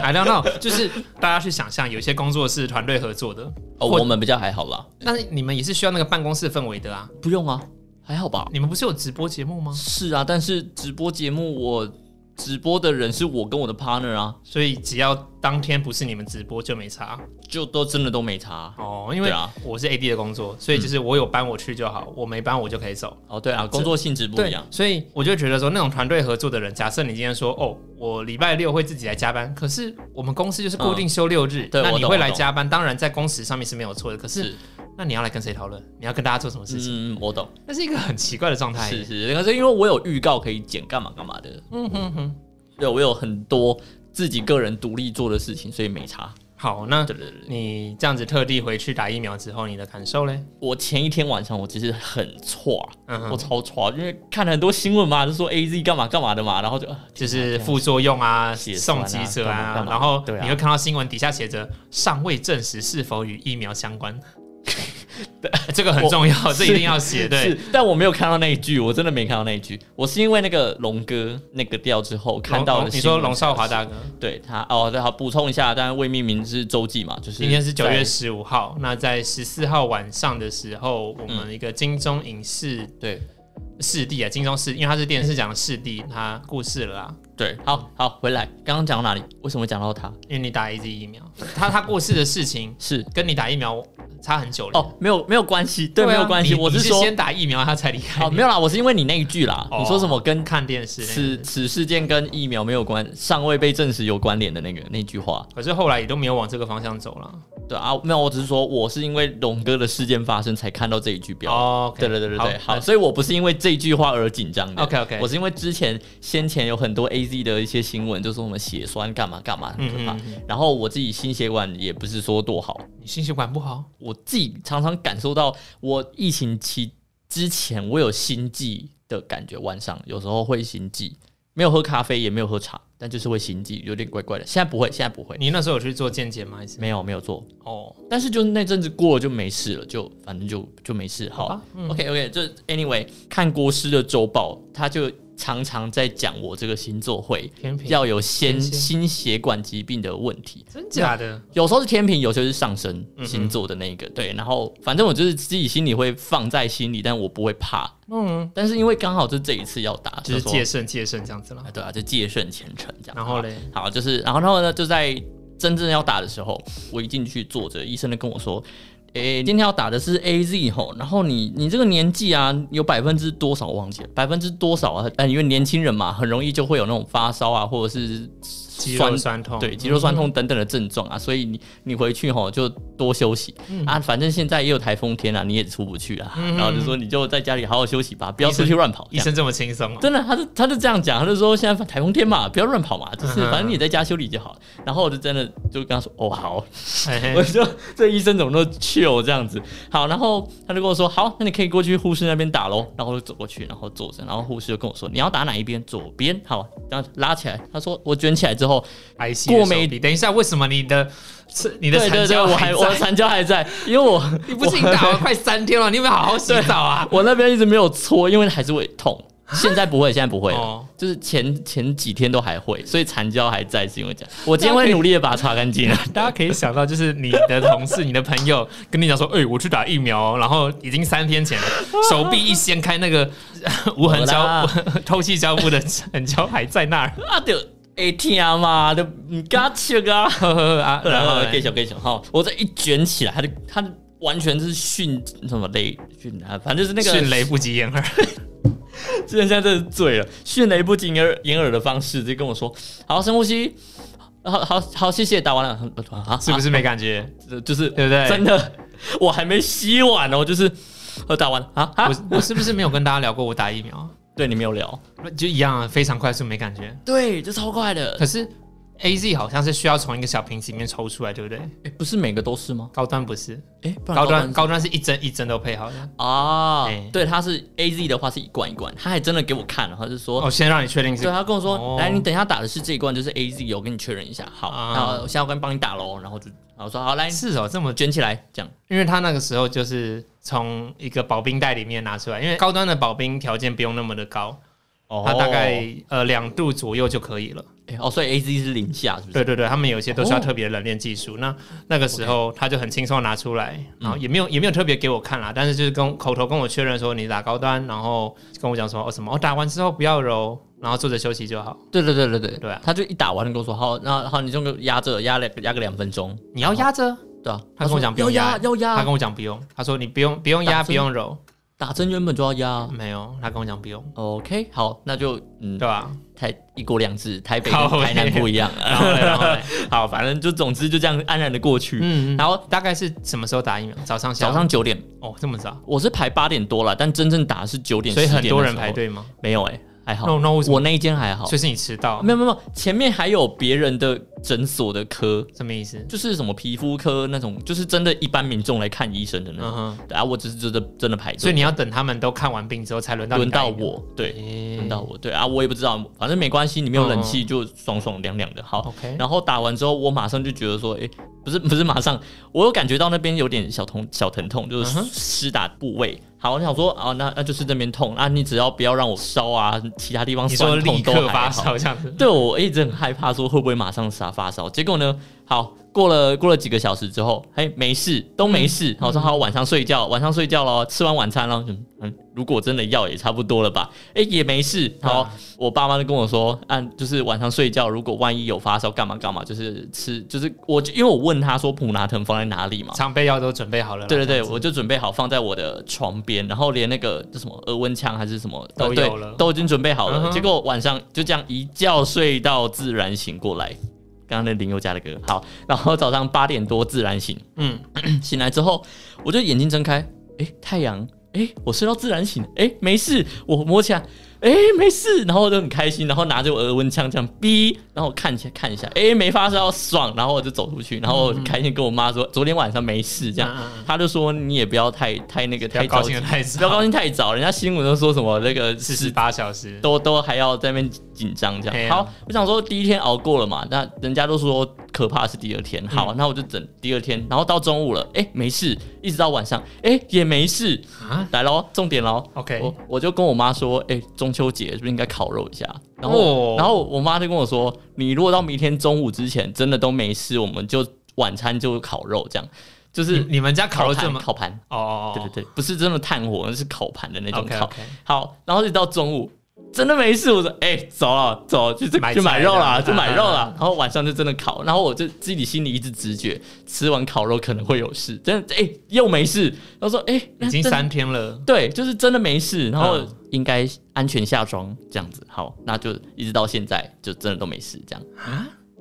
[SPEAKER 1] ，I don't know，就是大家去想象，有些工作是团队合作的，
[SPEAKER 2] 哦，
[SPEAKER 1] 或
[SPEAKER 2] 我们比较还好啦，
[SPEAKER 1] 但是你们也是需要那个办公室氛围的啊。
[SPEAKER 2] 不用啊，还好吧。
[SPEAKER 1] 你们不是有直播节目吗？
[SPEAKER 2] 是啊，但是直播节目我直播的人是我跟我的 partner 啊，
[SPEAKER 1] 所以只要当天不是你们直播就没差
[SPEAKER 2] 就都真的都没差。
[SPEAKER 1] 哦，因为
[SPEAKER 2] 对啊
[SPEAKER 1] 我是 AD 的工作，所以就是我有班我去就好，我没班我就可以走。
[SPEAKER 2] 哦，对啊，工作性质不一
[SPEAKER 1] 对
[SPEAKER 2] 样，。
[SPEAKER 1] 所以我就觉得说，那种团队合作的人，假设你今天说，哦，我礼拜六会自己来加班，可是我们公司就是固定休六日，
[SPEAKER 2] 对
[SPEAKER 1] 那
[SPEAKER 2] 我
[SPEAKER 1] 你
[SPEAKER 2] 懂
[SPEAKER 1] 会
[SPEAKER 2] 我
[SPEAKER 1] 来
[SPEAKER 2] 懂
[SPEAKER 1] 加班，当然在工时上面是没有错的。可是
[SPEAKER 2] 是，
[SPEAKER 1] 那你要来跟谁讨论？你要跟大家做什么事情？
[SPEAKER 2] 嗯，我懂，
[SPEAKER 1] 那是一个很奇怪的状态。
[SPEAKER 2] 是是，可是因为我有预告可以剪，干嘛干嘛的。
[SPEAKER 1] 嗯哼哼。
[SPEAKER 2] 对，我有很多自己个人独立做的事情，所以没差。
[SPEAKER 1] 好，那
[SPEAKER 2] 对对对。
[SPEAKER 1] 你这样子特地回去打疫苗之后，你的感受嘞？
[SPEAKER 2] 我前一天晚上我其实很错、
[SPEAKER 1] 嗯
[SPEAKER 2] 我
[SPEAKER 1] 哼，
[SPEAKER 2] 超错，因为看了很多新闻嘛，就说 A Z 干嘛干嘛的嘛，然后就呃
[SPEAKER 1] 就是副作用啊，
[SPEAKER 2] 血
[SPEAKER 1] 送
[SPEAKER 2] 栓啊
[SPEAKER 1] 急者
[SPEAKER 2] 干嘛干
[SPEAKER 1] 啊，
[SPEAKER 2] 嘛
[SPEAKER 1] 然后
[SPEAKER 2] 对啊
[SPEAKER 1] 你会看到新闻底下写着尚未证实是否与疫苗相关， 这个很
[SPEAKER 2] 我
[SPEAKER 1] 重要，
[SPEAKER 2] 是
[SPEAKER 1] 这一定要写。对
[SPEAKER 2] 是，但我没有看到那一句，我真的没看到那一句。我是因为那个龙哥那个调之后看到
[SPEAKER 1] 龙哦
[SPEAKER 2] 的
[SPEAKER 1] 龙你
[SPEAKER 2] 新闻
[SPEAKER 1] 说龙少华大哥，
[SPEAKER 2] 对他哦，对，好补充一下，当然未命名是周记嘛，就是
[SPEAKER 1] 今天是九
[SPEAKER 2] 在
[SPEAKER 1] 月十五号，那在十四号晚上的时候，我们一个金钟影视
[SPEAKER 2] 对
[SPEAKER 1] 视帝啊，金钟视，因为他是电视奖的视帝，他过世了啊啦。
[SPEAKER 2] 对，好好回来，刚刚讲到哪里？为什么讲到他？
[SPEAKER 1] 因为你打 A Z 疫苗，他他过世的事情
[SPEAKER 2] 是
[SPEAKER 1] 跟你打疫苗差很久了。
[SPEAKER 2] 哦，没有没有关系，对，
[SPEAKER 1] 啊
[SPEAKER 2] 没有关系，
[SPEAKER 1] 你
[SPEAKER 2] 我
[SPEAKER 1] 你是
[SPEAKER 2] 说
[SPEAKER 1] 先打疫苗他才离开
[SPEAKER 2] 哦，
[SPEAKER 1] 你，
[SPEAKER 2] 没有啦，我是因为你那一句啦，
[SPEAKER 1] 哦
[SPEAKER 2] 你说什么跟
[SPEAKER 1] 看电视那
[SPEAKER 2] 此
[SPEAKER 1] 个。
[SPEAKER 2] 此事件跟疫苗没有关，尚未被证实有关联的那个那句话，
[SPEAKER 1] 可是后来也都没有往这个方向走了。
[SPEAKER 2] 对啊，没有，我只是说我是因为龙哥的事件发生才看到这一句标。
[SPEAKER 1] 哦，
[SPEAKER 2] 对对对对对，好，所以我不是因为这句话而紧张的
[SPEAKER 1] OK，OK
[SPEAKER 2] 我是因为之前先前有很多 AZ 的一些新闻，就说什么血栓干嘛干嘛很
[SPEAKER 1] 嗯
[SPEAKER 2] 可
[SPEAKER 1] 嗯
[SPEAKER 2] 怕，
[SPEAKER 1] 嗯嗯，
[SPEAKER 2] 然后我自己心血管也不是说多好，
[SPEAKER 1] 你心血管不好，
[SPEAKER 2] 我自己常常感受到，我疫情期之前我有心悸的感觉，晚上有时候会心悸，没有喝咖啡也没有喝茶，但就是会心悸，有点怪怪的。现在不会，现在不会，
[SPEAKER 1] 你那时候有去做健检吗？还是
[SPEAKER 2] 没有没有做，
[SPEAKER 1] 哦，
[SPEAKER 2] 但是就是那阵子过了就没事了，就反正就就没事。好、
[SPEAKER 1] 吧
[SPEAKER 2] o k OK，就 anyway，看国师的周报，他就常常在讲我这个星座会
[SPEAKER 1] 天平
[SPEAKER 2] 要有先
[SPEAKER 1] 天蝎
[SPEAKER 2] 心血管疾病的问题。
[SPEAKER 1] 真假的？
[SPEAKER 2] 有时候是天平，有时候是上升
[SPEAKER 1] 嗯
[SPEAKER 2] 星座的那一个，对。然后反正我就是自己心里会放在心里，但我不会怕。
[SPEAKER 1] 嗯，
[SPEAKER 2] 但是因为刚好就这一次要打，
[SPEAKER 1] 就是
[SPEAKER 2] 说
[SPEAKER 1] 戒慎戒慎这样子啦
[SPEAKER 2] 啊。对啊，就戒慎虔诚这样。
[SPEAKER 1] 然后嘞，
[SPEAKER 2] 好，就是然后然后呢，就在真正要打的时候，我一进去坐着，医生就跟我说。诶、今天要打的是 A Z 吼，然后你你这个年纪啊，有百分之多少我忘记了，百分之多少啊？呃，因为年轻人嘛，很容易就会有那种发烧啊，或者是
[SPEAKER 1] 肌
[SPEAKER 2] 酸
[SPEAKER 1] 肉酸痛，
[SPEAKER 2] 对肌肉酸痛
[SPEAKER 1] 嗯
[SPEAKER 2] 等等的症状啊，所以你你回去吼就多休息、
[SPEAKER 1] 嗯
[SPEAKER 2] 啊，反正现在也有台风天啊，你也出不去啊，然后就说你就在家里好好休息吧，不要出去乱跑。
[SPEAKER 1] 医生这么轻松哦，
[SPEAKER 2] 真的，他就他就这样讲，他就说现在台风天嘛，不要乱跑嘛，就是
[SPEAKER 1] 嗯哼
[SPEAKER 2] 反正你在家休理就好。然后我就真的就跟他说，哦 好，
[SPEAKER 1] 嘿嘿
[SPEAKER 2] 我就这医生怎么都 chill 这样子。好，然后他就跟我说，好，那你可以过去护士那边打咯。然后我就走过去，然后坐着，然后护士就跟我说，你要打哪一边？左边，好，然后拉起来。他说我卷起来之后，
[SPEAKER 1] I C 过
[SPEAKER 2] 过没
[SPEAKER 1] 没？等一下，为什么你的是你的
[SPEAKER 2] 对对
[SPEAKER 1] 产
[SPEAKER 2] 对，
[SPEAKER 1] 假
[SPEAKER 2] 我还我的
[SPEAKER 1] 在
[SPEAKER 2] 残胶还在，因为我
[SPEAKER 1] 你不是已经 打完快三天了？你有没有好好洗澡啊？
[SPEAKER 2] 我那边一直没有搓，因为还是会痛。现在不会，现在不会了，
[SPEAKER 1] 哦
[SPEAKER 2] 就是前前几天都还会，所以残胶还在，是因为这样。我今天会努力的把它擦干净啊。
[SPEAKER 1] 大家可以想到，就是你的同事、你的朋友 跟你讲说：“哎、我去打疫苗哦。”然后已经三天前 了，手臂一掀开，那个 无痕
[SPEAKER 2] 好
[SPEAKER 1] 胶
[SPEAKER 2] 啦、
[SPEAKER 1] 透气胶布的痕胶还在那儿。
[SPEAKER 2] 啊，就会痛嘛，就唔敢吃啊。
[SPEAKER 1] 呵呵呵啊，
[SPEAKER 2] 然
[SPEAKER 1] 然后
[SPEAKER 2] 后
[SPEAKER 1] 嘞
[SPEAKER 2] 继续继续哈，我这一卷起来，它就它完全是迅什么雷迅啊，反正就是那个
[SPEAKER 1] 迅雷不及掩 耳。
[SPEAKER 2] 之前现在真的是醉了，迅雷不及掩耳掩耳的方式，就跟我说：“好，深呼吸，好好好，谢谢，打完了，啊，
[SPEAKER 1] 是不是没感 觉？
[SPEAKER 2] 是？就是
[SPEAKER 1] 对不对
[SPEAKER 2] 真的，我还没吸完哦，就是我打完了啊啊！
[SPEAKER 1] 我我是不是没有跟大家聊过我打疫苗？
[SPEAKER 2] 对你没有聊，
[SPEAKER 1] 就一样啊，非常快速，没感觉。
[SPEAKER 2] 对，这超快的
[SPEAKER 1] 可，是 A Z 好像是需要从一个小瓶子里面抽出来，对不对？
[SPEAKER 2] 诶不是每个都是吗？
[SPEAKER 1] 高端不是，
[SPEAKER 2] 哎，不然
[SPEAKER 1] 高端
[SPEAKER 2] 是
[SPEAKER 1] 高端是一针一针都配好的。
[SPEAKER 2] 啊
[SPEAKER 1] 哎，
[SPEAKER 2] 对，它是 A Z 的话是一罐一罐，他还真的给我看了，他就说
[SPEAKER 1] 我、。哦先让你确定
[SPEAKER 2] 对，啊
[SPEAKER 1] 是
[SPEAKER 2] 他跟我说，
[SPEAKER 1] 哦
[SPEAKER 2] 来，你等一下打的是这一罐，就是 A Z，我跟你确认一下，好，
[SPEAKER 1] 啊
[SPEAKER 2] 然后我现在我跟帮你打喽，然后就，然后我说好，来，
[SPEAKER 1] 是哦，这么
[SPEAKER 2] 卷起来，这样，
[SPEAKER 1] 因为他那个时候就是从一个保冰袋里面拿出来，因为高端的保冰条件不用那么的高，
[SPEAKER 2] 哦
[SPEAKER 1] 它大概、呃两度左右就可以了。
[SPEAKER 2] 哎哦，所以 A Z 是零下，是不是？
[SPEAKER 1] 对对对，他们有一些都需要
[SPEAKER 2] 哦
[SPEAKER 1] 特别的冷链技术。那那个时候他就很轻松地拿出来，然后也没有也没有特别给我看啦，但是就是跟口头跟我确认说你打高端，然后跟我讲说哦什么，哦打完之后不要揉，然后坐着休息就好。
[SPEAKER 2] 对对对对对
[SPEAKER 1] 对啊
[SPEAKER 2] 他就一打完就跟我说，好，那好，你就给我压着，压两压个两分钟，
[SPEAKER 1] 你要压着，
[SPEAKER 2] 对啊，
[SPEAKER 1] 他跟我讲不
[SPEAKER 2] 要
[SPEAKER 1] 用
[SPEAKER 2] 压
[SPEAKER 1] 压
[SPEAKER 2] 要
[SPEAKER 1] 他
[SPEAKER 2] 压，
[SPEAKER 1] 跟我讲不用，他说你不用不用压
[SPEAKER 2] 打针
[SPEAKER 1] 不用揉，
[SPEAKER 2] 打针原本就要压
[SPEAKER 1] 没有，他跟我讲不用，
[SPEAKER 2] ，OK，好，那就嗯
[SPEAKER 1] 对，吧？
[SPEAKER 2] 台一国两制，台北跟
[SPEAKER 1] 靠北
[SPEAKER 2] 台南不一样，
[SPEAKER 1] 然后嘞，然后嘞，
[SPEAKER 2] 好，反正就总之就这样安然的过去。
[SPEAKER 1] 嗯，
[SPEAKER 2] 然后
[SPEAKER 1] 大概是什么时候打疫苗？早上、下午
[SPEAKER 2] 早上九点，
[SPEAKER 1] 哦，这么早，
[SPEAKER 2] 我是排八点多了，但真正打的是九点，
[SPEAKER 1] 所以很多人
[SPEAKER 2] 10点的时候
[SPEAKER 1] 排，队吗
[SPEAKER 2] 没有哎、还好。
[SPEAKER 1] ？No No，为什么
[SPEAKER 2] 我那一间还好
[SPEAKER 1] 所，以是你迟到，
[SPEAKER 2] 没有没有没有，前面还有别人的诊所的科，
[SPEAKER 1] 什么意思？
[SPEAKER 2] 就是什么皮肤科那种，就是真的一般民众来看医生的那
[SPEAKER 1] 嗯
[SPEAKER 2] 种。
[SPEAKER 1] 哼，
[SPEAKER 2] 对啊，我只是真的真的排队，
[SPEAKER 1] 所以你要等他们都看完病之后才轮到你
[SPEAKER 2] 轮
[SPEAKER 1] 打
[SPEAKER 2] 到
[SPEAKER 1] 疫苗，
[SPEAKER 2] 我，对，
[SPEAKER 1] 诶
[SPEAKER 2] 轮到我，对啊，我也不知道，反正没关系，你没有冷气就爽爽凉凉的，好。
[SPEAKER 1] 嗯哦 OK，
[SPEAKER 2] 然后打完之后，我马上就觉得说，哎、不是不是马上，我有感觉到那边有点小痛小疼痛，就
[SPEAKER 1] 嗯
[SPEAKER 2] 是
[SPEAKER 1] 哼
[SPEAKER 2] 施打部位。好，我想说啊，那那就是那边痛啊，你只要不要让我烧啊，其他地方
[SPEAKER 1] 你说
[SPEAKER 2] 酸
[SPEAKER 1] 立
[SPEAKER 2] 痛都
[SPEAKER 1] 刻
[SPEAKER 2] 还
[SPEAKER 1] 发
[SPEAKER 2] 好。
[SPEAKER 1] 烧这样子，
[SPEAKER 2] 对我一直很害怕，说会不会马上杀发烧？结果呢，好过了过了几个小时之后，哎，没事，都没事。好、说好晚上睡觉，晚上睡觉咯，吃完晚餐咯，嗯嗯，如果真的药也差不多了吧，哎，也没事。好，我爸妈就跟我说，按、就是晚上睡觉，如果万一有发烧，干嘛干嘛，就是吃，就是我因为我问他说普拿疼放在哪里嘛，
[SPEAKER 1] 常备药都准备好了啦。
[SPEAKER 2] 对对
[SPEAKER 1] 这
[SPEAKER 2] 对，
[SPEAKER 1] 样子
[SPEAKER 2] 我就准备好放在我的床边，然后连那个就什么额温枪还是什么
[SPEAKER 1] 都
[SPEAKER 2] 呃对
[SPEAKER 1] 有了
[SPEAKER 2] 都已经准备好了。
[SPEAKER 1] 嗯哼
[SPEAKER 2] 结果晚上就这样一觉睡到自然醒过来，刚刚那林宥嘉的歌好，然后早上八点多自然醒，
[SPEAKER 1] 嗯，
[SPEAKER 2] 醒来之后我就眼睛睁开，诶，太阳，诶，我睡到自然醒，诶，没事，我摸起来。诶，没事，然后我就很开心，然后拿着我额温枪这样逼，然后我看一下看一下，诶，没发烧，爽，然后我就走出去，然后我就开心跟我妈说，昨天晚上没事这样，
[SPEAKER 1] 嗯嗯嗯
[SPEAKER 2] 他就说你也不要太太那个
[SPEAKER 1] 不要
[SPEAKER 2] 太
[SPEAKER 1] 高
[SPEAKER 2] 着急
[SPEAKER 1] 兴的，太
[SPEAKER 2] 不要高
[SPEAKER 1] 早，
[SPEAKER 2] 兴太早，人家新闻都说什么那个
[SPEAKER 1] 四十
[SPEAKER 2] 是
[SPEAKER 1] 八小时，
[SPEAKER 2] 都都还要在那边紧张这
[SPEAKER 1] 哎
[SPEAKER 2] 样。
[SPEAKER 1] 呀
[SPEAKER 2] 好，我想说第一天熬过了嘛，那人家都说可怕是第二天，
[SPEAKER 1] 嗯
[SPEAKER 2] 好，那我就等第二天，然后到中午了，哎、没事，一直到晚上，哎、也没事
[SPEAKER 1] 啊，
[SPEAKER 2] 来喽，重点喽。
[SPEAKER 1] OK
[SPEAKER 2] 我我就跟我妈说，哎、中秋节是不是应该烤肉一下？然后、
[SPEAKER 1] 哦
[SPEAKER 2] 然后我妈就跟我说，你如果到明天中午之前真的都没事，我们就晚餐就烤肉这样，就
[SPEAKER 1] 你
[SPEAKER 2] 是
[SPEAKER 1] 你们家烤肉
[SPEAKER 2] 盘
[SPEAKER 1] 这么
[SPEAKER 2] 烤盘，
[SPEAKER 1] 哦，
[SPEAKER 2] 对对对，不是真的炭火，那是烤盘的那种
[SPEAKER 1] OK
[SPEAKER 2] 烤。
[SPEAKER 1] OK，
[SPEAKER 2] 好，然后一直到中午，真的没事，我说哎、走了走，去去
[SPEAKER 1] 买
[SPEAKER 2] 去
[SPEAKER 1] 菜
[SPEAKER 2] 买肉啦，
[SPEAKER 1] 了
[SPEAKER 2] 去买肉
[SPEAKER 1] 啊
[SPEAKER 2] 啦。 然后晚上就真的烤，然后我就自己心里一直直觉，吃完烤肉可能会有事，真的哎、又没事。然后说哎、那
[SPEAKER 1] 已经
[SPEAKER 2] 真的
[SPEAKER 1] 三天了，
[SPEAKER 2] 对，就是真的没事，然后
[SPEAKER 1] 嗯
[SPEAKER 2] 应该安全下装这样子。好，那就一直到现在就真的都没事，这样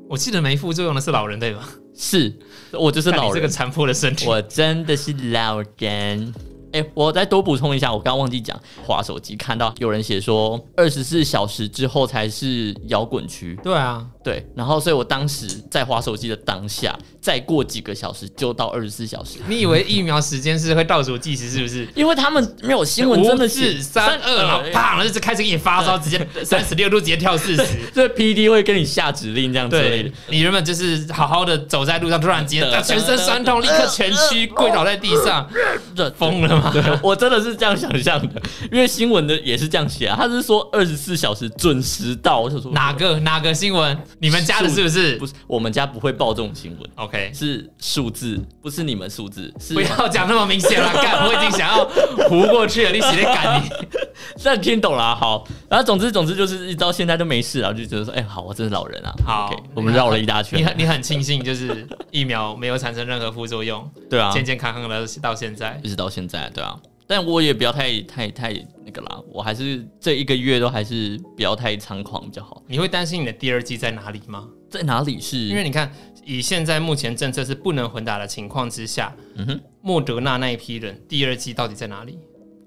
[SPEAKER 1] 我记得没副作用的是老人对吧？
[SPEAKER 2] 是我就是
[SPEAKER 1] 看
[SPEAKER 2] 老
[SPEAKER 1] 你这个
[SPEAKER 2] 人，
[SPEAKER 1] 残破的身体，
[SPEAKER 2] 我真的是老人。哎、我再多补充一下，我刚刚忘记讲，滑手机看到有人写说二十四小时之后才是摇滚区，
[SPEAKER 1] 对啊，
[SPEAKER 2] 对，然后所以我当时在滑手机的当下，再过几个小时就到二十四小时，
[SPEAKER 1] 你以为疫苗时间是会倒数计时是不是？
[SPEAKER 2] 因为他们没有新闻，真的写
[SPEAKER 1] 是三二，然后
[SPEAKER 2] 哎
[SPEAKER 1] 啪，然后就开始给你发烧，直接三十六度直接跳四 十。
[SPEAKER 2] 这 P D 会跟你下指令这样之类的
[SPEAKER 1] 对。你原本就是好好的走在路上，突然间啊
[SPEAKER 2] 对
[SPEAKER 1] 全身酸痛，立刻全区跪倒在地 上，
[SPEAKER 2] 这
[SPEAKER 1] 疯了吗？
[SPEAKER 2] 对我真的是这样想象的，因为新闻的也是这样写啊，他是说二十四小时准时到，我想说
[SPEAKER 1] 哪个哪个新闻？你们家的是不是
[SPEAKER 2] 不是我们家不会报这种新闻，
[SPEAKER 1] ？OK，
[SPEAKER 2] 是啊数字，不是你们数字，是
[SPEAKER 1] 不要讲那么明显了，干，我已经想要糊过去了，你直接 赶你。
[SPEAKER 2] 那你听懂了、啊、好，然后总之总之就是一直到现在都没事啊，就觉得说，哎、好，我真是老人啊，
[SPEAKER 1] 好
[SPEAKER 2] OK，我们绕了一大圈，
[SPEAKER 1] 你很你很庆幸，就是疫苗没有产生任何副作用，
[SPEAKER 2] 对啊，
[SPEAKER 1] 健健康康的到现在。
[SPEAKER 2] 一直到现在，对啊。但我也不要太太太那个啦，我还是这一个月都还是不要太猖狂比较好。
[SPEAKER 1] 你会担心你的第二季在哪里吗？
[SPEAKER 2] 在哪里是？
[SPEAKER 1] 因为你看，以现在目前政策是不能混打的情况之下，
[SPEAKER 2] 嗯哼，
[SPEAKER 1] 莫德纳那一批人第二季到底在哪里？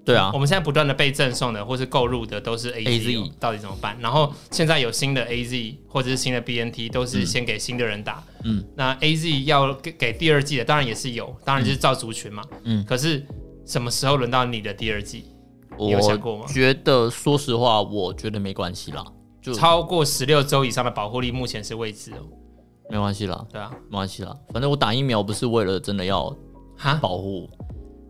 [SPEAKER 2] 对啊
[SPEAKER 1] 我，们现在不断的被赠送的或是购入的都是 A Z，、哦
[SPEAKER 2] AZ
[SPEAKER 1] 到底怎么办？然后现在有新的 A Z 或者是新的 B N T，都是先给新的人打。
[SPEAKER 2] 嗯，
[SPEAKER 1] 那 A Z 要给给第二季的，当然也是有，当然就是照族群嘛。
[SPEAKER 2] 嗯
[SPEAKER 1] 可是什么时候轮到你的第二季？你有想过吗
[SPEAKER 2] 我觉得说实话，我觉得没关系啦，就
[SPEAKER 1] 超过十六周以上的保护力目前是未知哦，
[SPEAKER 2] 没关系啦，
[SPEAKER 1] 对啊，
[SPEAKER 2] 没关系啦。反正我打疫苗不是为了真的要
[SPEAKER 1] 哈，
[SPEAKER 2] 保护，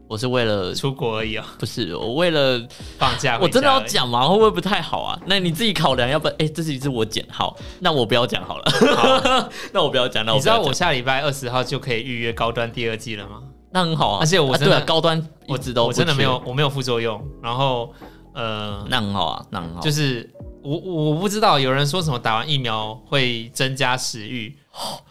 [SPEAKER 2] 我是为了
[SPEAKER 1] 出国而已哦，
[SPEAKER 2] 不是我为了
[SPEAKER 1] 放假
[SPEAKER 2] 我
[SPEAKER 1] 回家
[SPEAKER 2] 真的要
[SPEAKER 1] 而已
[SPEAKER 2] 讲吗？会不会不太好啊？那你自己考量，要不然哎、这是一次我剪好，那我不要讲好了， 那我不要讲，那我
[SPEAKER 1] 你
[SPEAKER 2] 不
[SPEAKER 1] 知道
[SPEAKER 2] 要讲
[SPEAKER 1] 我下礼拜二十号就可以预约高端第二季了吗？
[SPEAKER 2] 那很好啊，
[SPEAKER 1] 而且我
[SPEAKER 2] 啊
[SPEAKER 1] 真
[SPEAKER 2] 对
[SPEAKER 1] 的
[SPEAKER 2] 啊，高端
[SPEAKER 1] 我
[SPEAKER 2] 一直都
[SPEAKER 1] 我真的
[SPEAKER 2] 不缺
[SPEAKER 1] 没有，，我没有副作用。然后呃，
[SPEAKER 2] 那很好啊，那很好，
[SPEAKER 1] 就是我我不知道有人说什么打完疫苗会增加食欲，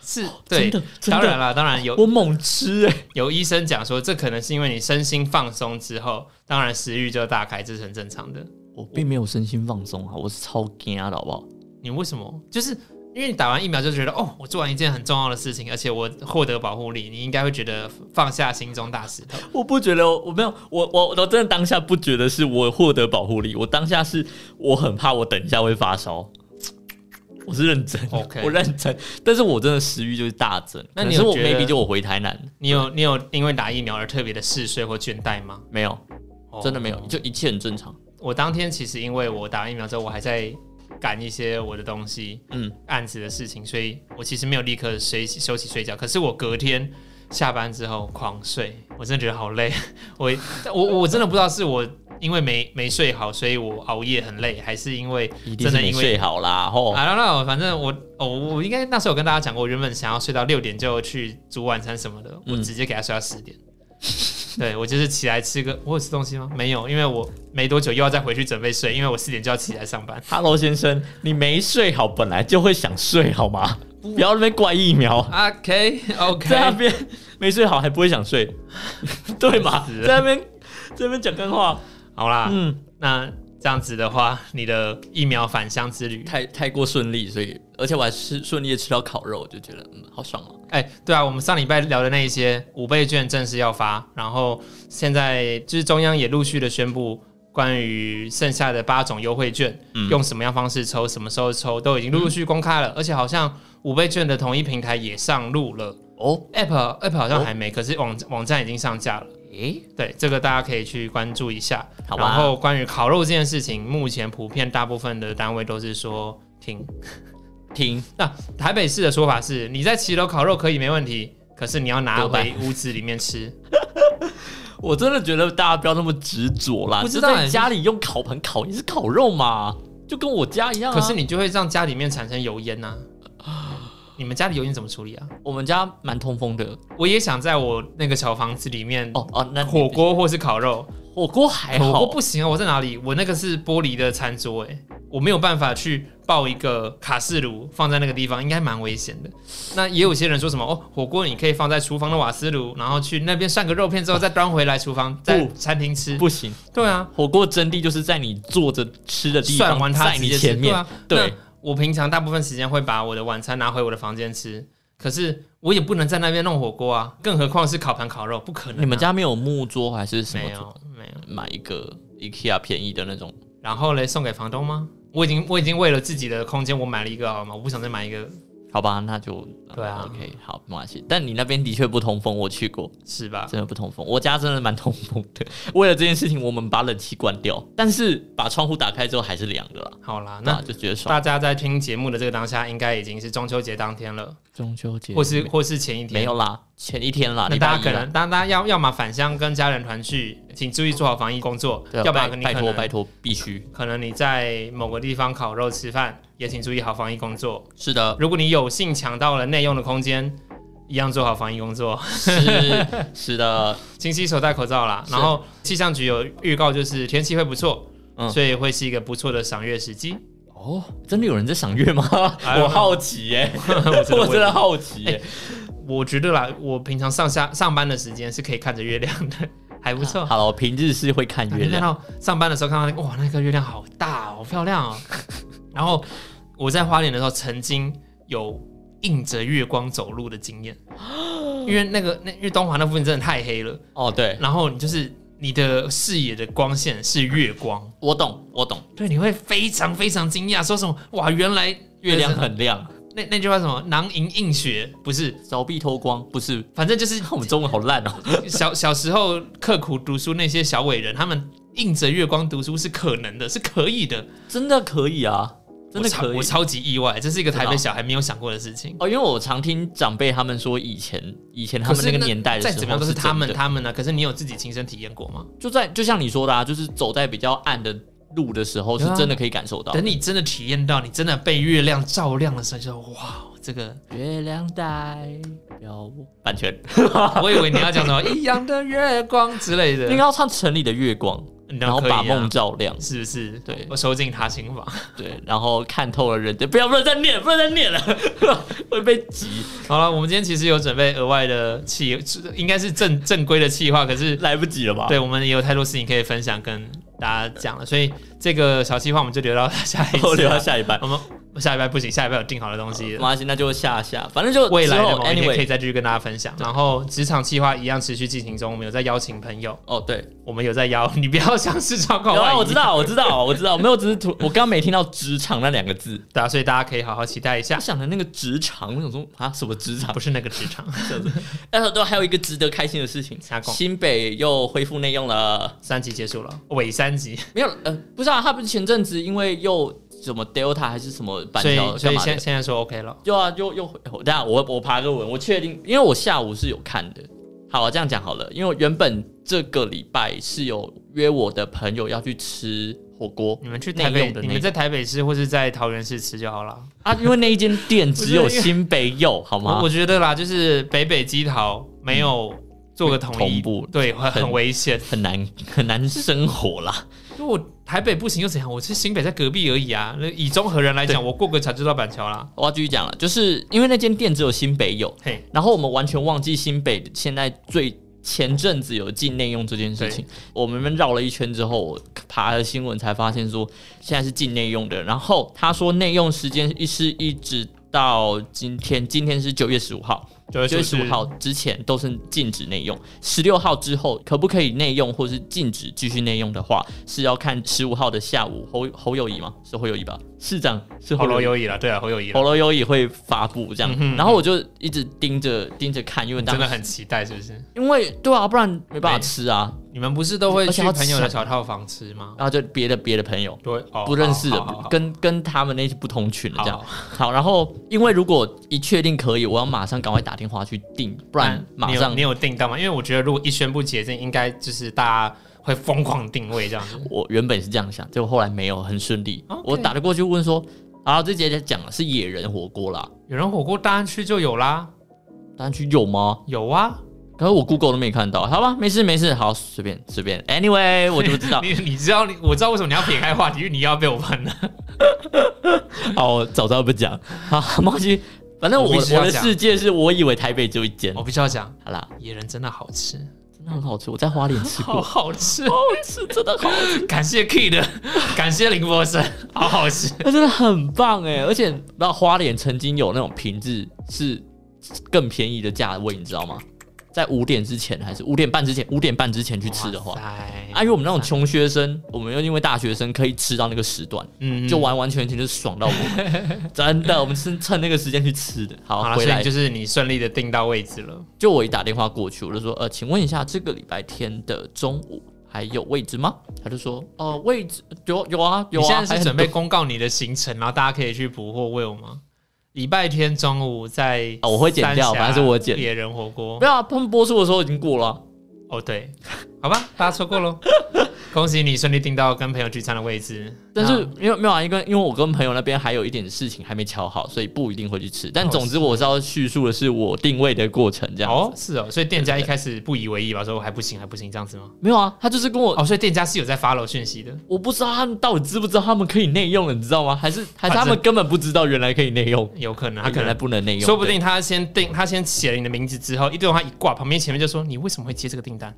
[SPEAKER 1] 是对
[SPEAKER 2] 哦真的，真
[SPEAKER 1] 当然
[SPEAKER 2] 的，
[SPEAKER 1] 了，当然有
[SPEAKER 2] 我猛吃哎、
[SPEAKER 1] 有医生讲说，这可能是因为你身心放松之后，当然食欲就大开，这是很正常的。
[SPEAKER 2] 我并没有身心放松啊，我是超惊的好不好？
[SPEAKER 1] 你为什么？就是因为你打完疫苗就觉得哦，我做完一件很重要的事情，而且我获得保护力，你应该会觉得放下心中大石头。
[SPEAKER 2] 我不觉得我，我没有，我我我真的当下不觉得是我获得保护力，我当下是我很怕我等一下会发烧，我是认真
[SPEAKER 1] OK
[SPEAKER 2] 我认真，但是我真的食欲就是大增。
[SPEAKER 1] 那你
[SPEAKER 2] 可
[SPEAKER 1] 有
[SPEAKER 2] 是我
[SPEAKER 1] 觉得
[SPEAKER 2] maybe 就我回台南
[SPEAKER 1] 你有你有因为打疫苗而特别的嗜睡或倦怠吗？
[SPEAKER 2] 没有，真的没有，
[SPEAKER 1] 哦
[SPEAKER 2] 就一切很正常。
[SPEAKER 1] 我当天其实因为我打完疫苗之后，我还在赶一些我的东西，
[SPEAKER 2] 嗯
[SPEAKER 1] 嗯，案子的事情，所以我其实没有立刻睡休息睡觉，可是我隔天下班之后狂睡，我真的觉得好累， 我我我真的不知道是我因为没没睡好，所以我熬夜很累，还是因为
[SPEAKER 2] 一定
[SPEAKER 1] 真
[SPEAKER 2] 是
[SPEAKER 1] 的
[SPEAKER 2] 没
[SPEAKER 1] 因为
[SPEAKER 2] 睡好啦，吼，
[SPEAKER 1] I don't know，反正我哦，我应该那时候有跟大家讲过，我原本想要睡到六点就去煮晚餐什么的，我
[SPEAKER 2] 嗯
[SPEAKER 1] 直接给他睡到十点。对我就是起来吃个，我有吃东西吗？没有，因为我没多久又要再回去准备睡，因为我四点就要起来上班。
[SPEAKER 2] Hello 先生，你没睡好，本来就会想睡好吗？不要在那边怪疫苗，
[SPEAKER 1] OK
[SPEAKER 2] 在那
[SPEAKER 1] OK，
[SPEAKER 2] 边没睡好还不会想睡， 对嘛？
[SPEAKER 1] 死了
[SPEAKER 2] 在那边在那边讲干话，
[SPEAKER 1] 好啦，
[SPEAKER 2] 嗯，
[SPEAKER 1] 那这样子的话，你的疫苗返乡之旅，
[SPEAKER 2] 太太过顺利，所以而且我还吃顺利地吃到烤肉，我就觉得嗯，好爽哦、
[SPEAKER 1] 哎、对啊，我们上礼拜聊的那一些五倍券正式要发，然后现在就是中央也陆续的宣布关于剩下的八种优惠券，
[SPEAKER 2] 嗯
[SPEAKER 1] 用什么样方式抽，什么时候抽，都已经陆陆续公开了，而且好像五倍券的同一平台也上路了
[SPEAKER 2] 哦，
[SPEAKER 1] ，App App 好像还没，可是网网站已经上架了。
[SPEAKER 2] 诶、
[SPEAKER 1] 对，这个大家可以去关注一下。
[SPEAKER 2] 好吧
[SPEAKER 1] 然后关于烤肉这件事情，目前普遍大部分的单位都是说停，
[SPEAKER 2] 听
[SPEAKER 1] 那、台北市的说法是，你在骑楼烤肉可以没问题，可是你要拿
[SPEAKER 2] 多半
[SPEAKER 1] 回屋子里面吃。
[SPEAKER 2] 我真的觉得大家不要那么执着啦，
[SPEAKER 1] 不知道
[SPEAKER 2] 就在
[SPEAKER 1] 欸
[SPEAKER 2] 家里用烤盆烤也是烤肉嘛，就跟我家一样、啊。
[SPEAKER 1] 可是你就会让家里面产生油烟 呐、你们家里油烟怎么处理啊？
[SPEAKER 2] 我们家蛮通风的
[SPEAKER 1] 我也想在我那个小房子里面
[SPEAKER 2] 哦哦，那你
[SPEAKER 1] 火锅或是烤肉，
[SPEAKER 2] 火锅还
[SPEAKER 1] 火
[SPEAKER 2] 好
[SPEAKER 1] 锅，不行啊！我在哪里？我那个是玻璃的餐桌、欸，我没有办法去抱一个卡式炉放在那个地方，应该蛮危险的。那也有些人说什么哦，火锅你可以放在厨房的瓦斯炉，然后去那边涮个肉片之后再端回来厨房，在餐厅吃。
[SPEAKER 2] 不行。
[SPEAKER 1] 对啊，
[SPEAKER 2] 火锅真谛就是在你坐着吃的地
[SPEAKER 1] 算
[SPEAKER 2] 方，
[SPEAKER 1] 完它
[SPEAKER 2] 在
[SPEAKER 1] 直
[SPEAKER 2] 你
[SPEAKER 1] 接吃
[SPEAKER 2] 前面。
[SPEAKER 1] 对,、啊、
[SPEAKER 2] 对
[SPEAKER 1] 那我平常大部分时间会把我的晚餐拿回我的房间吃，可是我也不能在那边弄火锅啊，更何况是烤盘烤肉，不可能啊、
[SPEAKER 2] 你们家没有木桌还是什
[SPEAKER 1] 没
[SPEAKER 2] 么桌？
[SPEAKER 1] 有没有？
[SPEAKER 2] 买一个 IKEA 便宜的那种，
[SPEAKER 1] 然后嘞，送给房东吗？我已经我已经为了自己的空间，我买了一个好吗？我不想再买一个
[SPEAKER 2] 好吧，那就呃
[SPEAKER 1] 对啊
[SPEAKER 2] ，OK，好，没关系。但你那边的确不通风，我去过，
[SPEAKER 1] 是吧？
[SPEAKER 2] 真的不通风。我家真的蛮通风的。 为了这件事情，我们把冷气关掉，但是把窗户打开之后还是凉的啦。
[SPEAKER 1] 好啦，
[SPEAKER 2] 那
[SPEAKER 1] 那
[SPEAKER 2] 就觉得爽。
[SPEAKER 1] 大家在听节目的这个当下，应该已经是中秋节当天了，
[SPEAKER 2] 中秋节
[SPEAKER 1] 或是或是前一天。
[SPEAKER 2] 没有啦，前一天啦，
[SPEAKER 1] 那
[SPEAKER 2] 礼拜
[SPEAKER 1] 大
[SPEAKER 2] 一啊
[SPEAKER 1] 家可
[SPEAKER 2] 啦
[SPEAKER 1] 能，大家大家要要么返乡跟家人团聚，请注意做好防疫工作，
[SPEAKER 2] 对啊
[SPEAKER 1] 要不
[SPEAKER 2] 拜
[SPEAKER 1] 然你
[SPEAKER 2] 拜
[SPEAKER 1] 可
[SPEAKER 2] 托
[SPEAKER 1] 能
[SPEAKER 2] 拜托，必须
[SPEAKER 1] 可能你在某个地方烤肉吃饭，也请注意好防疫工作。
[SPEAKER 2] 是的，
[SPEAKER 1] 如果你有幸抢到了内用的空间，一样做好防疫工作，
[SPEAKER 2] 是 是的，
[SPEAKER 1] 勤洗手、戴口罩啦。
[SPEAKER 2] 是
[SPEAKER 1] 然后气象局有预告，就是天气会不错，
[SPEAKER 2] 嗯
[SPEAKER 1] 所以会是一个不错的赏月时 机。
[SPEAKER 2] 哦，真的有人在赏月吗？
[SPEAKER 1] 哎呦
[SPEAKER 2] 我好奇耶、
[SPEAKER 1] 我真的哎
[SPEAKER 2] 我真的好奇耶、
[SPEAKER 1] 我觉得啦，我平常上下上班的时间是可以看着月亮的，还不错。哎
[SPEAKER 2] 好了，我平日是会看月
[SPEAKER 1] 啊看
[SPEAKER 2] 亮，
[SPEAKER 1] 到上班的时候看到那个哇，那个月亮好大哦，好漂亮 哦。然后我在花莲的时候，曾经有映着月光走路的经验，因为那个那因为东华那附近真的太黑了，
[SPEAKER 2] 哦，对，
[SPEAKER 1] 然后你就是你的视野的光线是月光，
[SPEAKER 2] 我懂，我懂，
[SPEAKER 1] 对，你会非常非常惊讶，说什么哇，原来
[SPEAKER 2] 月亮很亮，
[SPEAKER 1] 那那句话什么囊萤映雪，不是，
[SPEAKER 2] 凿壁偷光，不是？
[SPEAKER 1] 反正就是
[SPEAKER 2] 我们中文好烂哦、
[SPEAKER 1] 小小时候刻苦读书那些小伟人，他们映着月光读书是可能的，是可以的，
[SPEAKER 2] 真的可以啊，真
[SPEAKER 1] 我
[SPEAKER 2] 的
[SPEAKER 1] 超
[SPEAKER 2] 可以
[SPEAKER 1] 我超级意外，这是一个台
[SPEAKER 2] 真的
[SPEAKER 1] 北
[SPEAKER 2] 哦
[SPEAKER 1] 小孩没有想过的事情。
[SPEAKER 2] 哦，因为我常听长辈他们说，以前以前他
[SPEAKER 1] 可
[SPEAKER 2] 们
[SPEAKER 1] 是
[SPEAKER 2] 那个年代的时
[SPEAKER 1] 再
[SPEAKER 2] 候，
[SPEAKER 1] 怎么样都是他们
[SPEAKER 2] 真的
[SPEAKER 1] 他们呢、啊可是你有自己亲身体验过吗？
[SPEAKER 2] 就在就像你说的啊，就是走在比较暗的路的时候，是
[SPEAKER 1] 对啊
[SPEAKER 2] 真的可以感受到
[SPEAKER 1] 等你真的体验到，你真的被月亮照亮的时候，就哇，这 个
[SPEAKER 2] 月亮代表我版权，
[SPEAKER 1] 我以为你要讲什么一样的月光之类的
[SPEAKER 2] 应该，要唱城里的月光，
[SPEAKER 1] 你都
[SPEAKER 2] 然后
[SPEAKER 1] 可以啊
[SPEAKER 2] 把梦照亮。
[SPEAKER 1] 是不是？
[SPEAKER 2] 对
[SPEAKER 1] 我收进他心房。
[SPEAKER 2] 对，然后看透了人间，不要不要再念，不要再念了， 会被挤，
[SPEAKER 1] 好了，我们今天其实有准备额外的企，应该是正正规的企划，可是
[SPEAKER 2] 来不及了吧？
[SPEAKER 1] 对，我们也有太多事情可以分享跟大家讲了，所以这个小计划我们就留到下一次啊、
[SPEAKER 2] 我留到下一半。
[SPEAKER 1] 我们下礼拜不行，下礼拜有定好的东西
[SPEAKER 2] 没，关系，那就下下，反正就
[SPEAKER 1] 啊未来的
[SPEAKER 2] 之后
[SPEAKER 1] 某一天可以
[SPEAKER 2] anyway，
[SPEAKER 1] 再继续跟大家分享。然后职场计划一样持续进行中，我们有在邀请朋友，
[SPEAKER 2] 哦对，
[SPEAKER 1] 我们有在邀你，不要像是状况
[SPEAKER 2] 有
[SPEAKER 1] 外
[SPEAKER 2] 啊，我知，道，我知道，我知道，没有，只是突我刚刚没听到职场那两个字，
[SPEAKER 1] 对啊，所以大家可以好好期待一
[SPEAKER 2] 我
[SPEAKER 1] 下，
[SPEAKER 2] 想的那个职场，我想说啊，什么职场
[SPEAKER 1] 不？是那个职场
[SPEAKER 2] 但是都还有一个值得开心的事情
[SPEAKER 1] 啥，贡
[SPEAKER 2] 新北又恢复内用了，
[SPEAKER 1] 三集结束了，尾三集，
[SPEAKER 2] 没有呃，不是啊，他不是前阵子因为又什么 Delta 还是什么板
[SPEAKER 1] 所以
[SPEAKER 2] 桥
[SPEAKER 1] 所
[SPEAKER 2] 干
[SPEAKER 1] 以
[SPEAKER 2] 嘛
[SPEAKER 1] 现
[SPEAKER 2] 的？
[SPEAKER 1] 现在说 OK 了，
[SPEAKER 2] 对啊，又又等下我我爬个文，我确定，因为我下午是有看的。好、啊，这样讲好了，因为我原本这个礼拜是有约我的朋友要去吃火锅
[SPEAKER 1] 你们去台
[SPEAKER 2] 内
[SPEAKER 1] 北
[SPEAKER 2] 用，的
[SPEAKER 1] 你
[SPEAKER 2] 那
[SPEAKER 1] 们在台北市或是在桃园市吃就好了。
[SPEAKER 2] 啊，因为那一间店只有
[SPEAKER 1] 不是因为
[SPEAKER 2] 新北有，好吗？
[SPEAKER 1] 我我觉得啦，就是北北基桃没有做个统一，
[SPEAKER 2] 同步
[SPEAKER 1] 对，很
[SPEAKER 2] 很
[SPEAKER 1] 很危险。
[SPEAKER 2] 很难很难生活啦。
[SPEAKER 1] 因为我台北不行又怎样？我是新北在隔壁而已啊。那以中和人来讲，我过个桥就到板桥啦。
[SPEAKER 2] 我要继续讲了，就是因为那间店只有新北有，
[SPEAKER 1] 嘿，
[SPEAKER 2] 然后我们完全忘记新北现在最前阵子有进内用这件事情。我们绕了一圈之后，我爬了新闻才发现说现在是进内用的。然后他说内用时间一是一直到今天，今天是九月十五号，
[SPEAKER 1] 九
[SPEAKER 2] 九月十五，号之前都是禁止内用，十六号之后可不可以内用，或是禁止继续内用的话，是要看十五号的下午侯侯友谊吗？是侯友谊吧？市长是
[SPEAKER 1] 好
[SPEAKER 2] 侯
[SPEAKER 1] 罗
[SPEAKER 2] 友谊。
[SPEAKER 1] 有矣了，对啊，侯友谊啦
[SPEAKER 2] 侯，友友也会发布这样
[SPEAKER 1] 嗯，哼
[SPEAKER 2] 然后我就一直盯着盯着看，因为当
[SPEAKER 1] 真
[SPEAKER 2] 时
[SPEAKER 1] 的很期待，是不是？
[SPEAKER 2] 因为对啊，不然没办法吃啊。
[SPEAKER 1] 你们不是都会
[SPEAKER 2] 而
[SPEAKER 1] 去
[SPEAKER 2] 且要
[SPEAKER 1] 朋友
[SPEAKER 2] 抢
[SPEAKER 1] 的小套房吃吗？
[SPEAKER 2] 然后就别的别的朋友
[SPEAKER 1] 对，哦
[SPEAKER 2] 不认识
[SPEAKER 1] 好好好
[SPEAKER 2] 的，跟跟他们那些不同群的
[SPEAKER 1] 好
[SPEAKER 2] 这样。好，然后因为如果一确定可以，我要马上赶快打电话去订，不然
[SPEAKER 1] 那
[SPEAKER 2] 马
[SPEAKER 1] 啊你有
[SPEAKER 2] 上
[SPEAKER 1] 你有定到吗？因为我觉得如果一宣布解禁，应该就是大家会疯狂定位这样子。
[SPEAKER 2] 我原本是这样想，结果后来没有很顺利。
[SPEAKER 1] OK
[SPEAKER 2] 我打了过去问说，啊，这姐姐讲的是野人火锅啦，
[SPEAKER 1] 有人火锅大安区就有啦，
[SPEAKER 2] 大安区有吗？
[SPEAKER 1] 有啊，
[SPEAKER 2] 可是我 Google 都没看到，好吧，没事没事，好随便随便，anyway 我就不知道。
[SPEAKER 1] 你你知道你我知道为什么你要撇开话题，因为你要被我喷了。
[SPEAKER 2] 哦，我早知道不讲，好，忘记，反正我
[SPEAKER 1] 我
[SPEAKER 2] 我
[SPEAKER 1] 必须要
[SPEAKER 2] 的
[SPEAKER 1] 讲
[SPEAKER 2] 世界是哦我以为台北只有一间
[SPEAKER 1] 我，必须要讲，
[SPEAKER 2] 好啦，
[SPEAKER 1] 野人真的好吃，
[SPEAKER 2] 真的很 好吃，我在花莲吃
[SPEAKER 1] 好
[SPEAKER 2] 过，
[SPEAKER 1] 好吃。
[SPEAKER 2] 是真的好吃，
[SPEAKER 1] 感谢 Key 的，感谢林博士，好好吃。
[SPEAKER 2] 那真的很棒哎，而且你知道花莲曾经有那种平日是更便宜的价位，你知道吗？在五点之前还是五点半之前，五点半之前去吃的话
[SPEAKER 1] 哇，塞
[SPEAKER 2] 啊，因为我们那种穷学生，我们又因为大学生可以吃到那个时段，
[SPEAKER 1] 嗯
[SPEAKER 2] 就。完完全全就是爽到我们， 真的，我们是趁那个时间去吃的。好，
[SPEAKER 1] 好了，
[SPEAKER 2] 回
[SPEAKER 1] 所以
[SPEAKER 2] 来
[SPEAKER 1] 就是你顺利的订到位置了。
[SPEAKER 2] 就我一打电话过去，我就说，呃，请问一下，这个礼拜天的中午还有位置吗？他就说，哦、位置有有啊有
[SPEAKER 1] 你
[SPEAKER 2] 啊，
[SPEAKER 1] 现在
[SPEAKER 2] 还
[SPEAKER 1] 是
[SPEAKER 2] 很
[SPEAKER 1] 准备
[SPEAKER 2] 多
[SPEAKER 1] 公告你的行程，然后大家可以去补货 Will 吗？礼拜天中午在
[SPEAKER 2] 哦我会剪
[SPEAKER 1] 三
[SPEAKER 2] 掉
[SPEAKER 1] 峡
[SPEAKER 2] 反正是我剪
[SPEAKER 1] 野人火锅
[SPEAKER 2] 没。有啊？他们播出的时候已经过了啊、
[SPEAKER 1] 哦，对，好吧，大家错过 喽。恭喜你顺利订到跟朋友聚餐的位置。
[SPEAKER 2] 但是
[SPEAKER 1] 那
[SPEAKER 2] 没有没有啊，因为因为我跟朋友那边还有一点事情还没瞧好，所以不一定会去吃。但
[SPEAKER 1] 哦
[SPEAKER 2] 总之我是要叙述的是我定位的过程，这样
[SPEAKER 1] 哦，是哦，所以店家一开始不以为意吧，说还不行，还不行这样子吗？
[SPEAKER 2] 没有啊，他就是跟我
[SPEAKER 1] 哦，所以店家是有在发楼讯息的。
[SPEAKER 2] 我不知道他们到底知不知道他们可以内用了，你知道吗？还是还
[SPEAKER 1] 反
[SPEAKER 2] 是
[SPEAKER 1] 正
[SPEAKER 2] 他们根本不知道原来可以内用，
[SPEAKER 1] 有可能，他
[SPEAKER 2] 他
[SPEAKER 1] 可
[SPEAKER 2] 原来
[SPEAKER 1] 能
[SPEAKER 2] 不能内用，
[SPEAKER 1] 说不定他先订，他先写了你的名字之后，一对话一挂，旁边前面就说你为什么会接这个订单？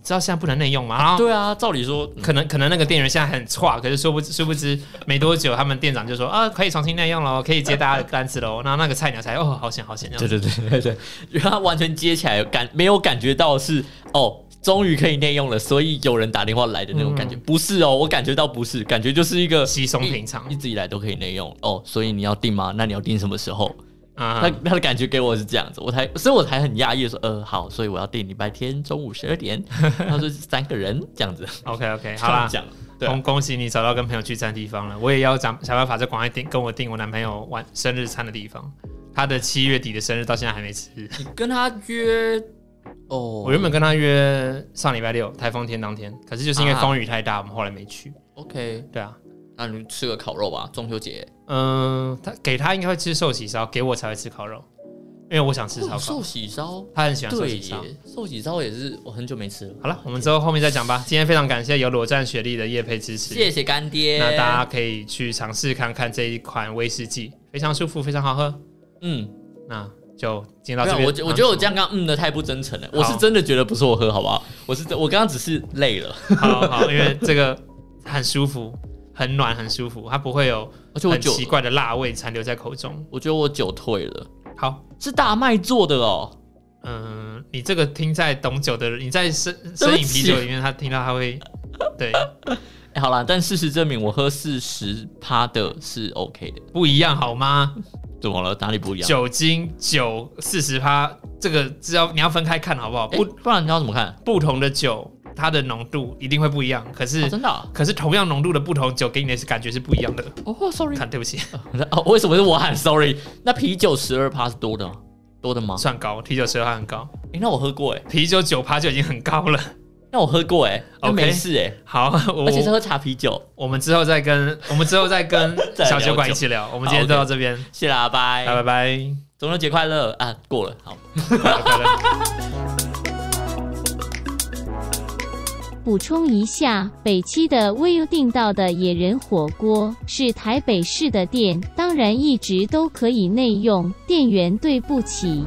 [SPEAKER 1] 你知道现在不能内用吗？然后
[SPEAKER 2] 对对啊，照理说
[SPEAKER 1] 可能可能那个店员现在很差，可是说不殊不知没多久，他们店长就说啊，可以重新内用喽，可以接大家的单子喽。然后那个菜鸟才哦，好险好险这样
[SPEAKER 2] 对
[SPEAKER 1] 子。
[SPEAKER 2] 对对对对， 因为他完全接起来感没有感觉到是哦，终于可以内用了，所以有人打电话来的那种感觉，不是哦，我感觉到不是，感觉就是一个
[SPEAKER 1] 稀松平常
[SPEAKER 2] 一直以来都可以内用哦，所以你要订吗？那你要订什么时候？
[SPEAKER 1] 啊
[SPEAKER 2] 他，他的感觉给我是这样子，我才所以我才很讶异地说，呃，好，所以我要订礼拜天中午十二 点，他说是三个人这样子，
[SPEAKER 1] OK OK，
[SPEAKER 2] 这
[SPEAKER 1] 好
[SPEAKER 2] 样
[SPEAKER 1] 啦，
[SPEAKER 2] 讲，对啊
[SPEAKER 1] 恭恭喜你找到跟朋友聚餐的地方了。我也要想想办法在广外订跟我订我男朋友玩生日餐的地方。他的七月底的生日到现在还没吃。
[SPEAKER 2] 跟他约哦，
[SPEAKER 1] 我原本跟他约上礼拜六台风天当天，可是就是因为
[SPEAKER 2] 啊
[SPEAKER 1] 风雨太大，我们后来没去。
[SPEAKER 2] OK，
[SPEAKER 1] 对啊，
[SPEAKER 2] 那你吃个烤肉吧，中秋节
[SPEAKER 1] 嗯、他给他应该会吃寿喜烧，给我才会吃烤肉，因为我想吃烧
[SPEAKER 2] 哦
[SPEAKER 1] 烤
[SPEAKER 2] 寿，喜烧，
[SPEAKER 1] 他很喜欢寿
[SPEAKER 2] 对
[SPEAKER 1] 喜烧。
[SPEAKER 2] 耶，寿喜烧也是我很久没吃了，
[SPEAKER 1] 好了，我们之后后面再讲吧。今天非常感谢有裸战学历的叶配支持，
[SPEAKER 2] 谢谢干爹，
[SPEAKER 1] 那大家可以去尝试看看这一款威士忌，非常舒服，非常好喝。
[SPEAKER 2] 嗯，
[SPEAKER 1] 那就今天
[SPEAKER 2] 没
[SPEAKER 1] 到这边。
[SPEAKER 2] 有，我觉我觉得我这样刚刚嗯的太不真诚了，我是
[SPEAKER 1] 好
[SPEAKER 2] 真的觉得不是我喝，好不好？我是真我刚刚只是累 了，
[SPEAKER 1] 得好好，因为这个很舒服，很暖，很舒服，它不会有
[SPEAKER 2] 而且我
[SPEAKER 1] 很
[SPEAKER 2] 酒，
[SPEAKER 1] 奇怪的辣味残留在口中。
[SPEAKER 2] 我觉得我酒退了，
[SPEAKER 1] 好。
[SPEAKER 2] 是大麦做的哦，
[SPEAKER 1] 嗯，你这个听在懂酒的人，你在生
[SPEAKER 2] 对
[SPEAKER 1] 生
[SPEAKER 2] 不
[SPEAKER 1] 饮
[SPEAKER 2] 起
[SPEAKER 1] 啤酒里面，他听到他会，对，
[SPEAKER 2] 哎好啦，但事实证明我喝四十趴的是 OK 的，
[SPEAKER 1] 不一样好吗？
[SPEAKER 2] 怎么了？哪里不一样？
[SPEAKER 1] 酒精酒四十趴，这个只要你要分开看好不好？
[SPEAKER 2] 哎
[SPEAKER 1] 不
[SPEAKER 2] 不然你要怎么看？
[SPEAKER 1] 不同的酒，它的浓度一定会不一样。可是、
[SPEAKER 2] 哦真的啊
[SPEAKER 1] 可是同样浓度的不同酒给你的感觉是不一样的。
[SPEAKER 2] 哦，sorry、s o r r
[SPEAKER 1] 看，对不起，
[SPEAKER 2] y 哦，为什么是我喊 sorry？那啤酒十二趴是多的吗多的吗？
[SPEAKER 1] 算高，啤酒十二趴很高，
[SPEAKER 2] 哎、那我喝过哎、
[SPEAKER 1] 啤酒九趴就已经很高了。
[SPEAKER 2] 那我喝过哎、那
[SPEAKER 1] OK
[SPEAKER 2] 没事哎、
[SPEAKER 1] 好，我
[SPEAKER 2] 而且是喝茶啤酒。
[SPEAKER 1] 我们之后再跟我们之后再跟
[SPEAKER 2] 再聊
[SPEAKER 1] 小酒馆
[SPEAKER 2] 酒
[SPEAKER 1] 一起聊。我们
[SPEAKER 2] 好
[SPEAKER 1] 今天就
[SPEAKER 2] OK 哎
[SPEAKER 1] 到这边，
[SPEAKER 2] 谢啦，拜
[SPEAKER 1] 拜拜拜。
[SPEAKER 2] 中秋节快乐啊！过了，好。
[SPEAKER 1] 拜拜
[SPEAKER 4] 补充一下，北七的未有订到的野人火锅是台北市的店，当然一直都可以内用，店员对不起。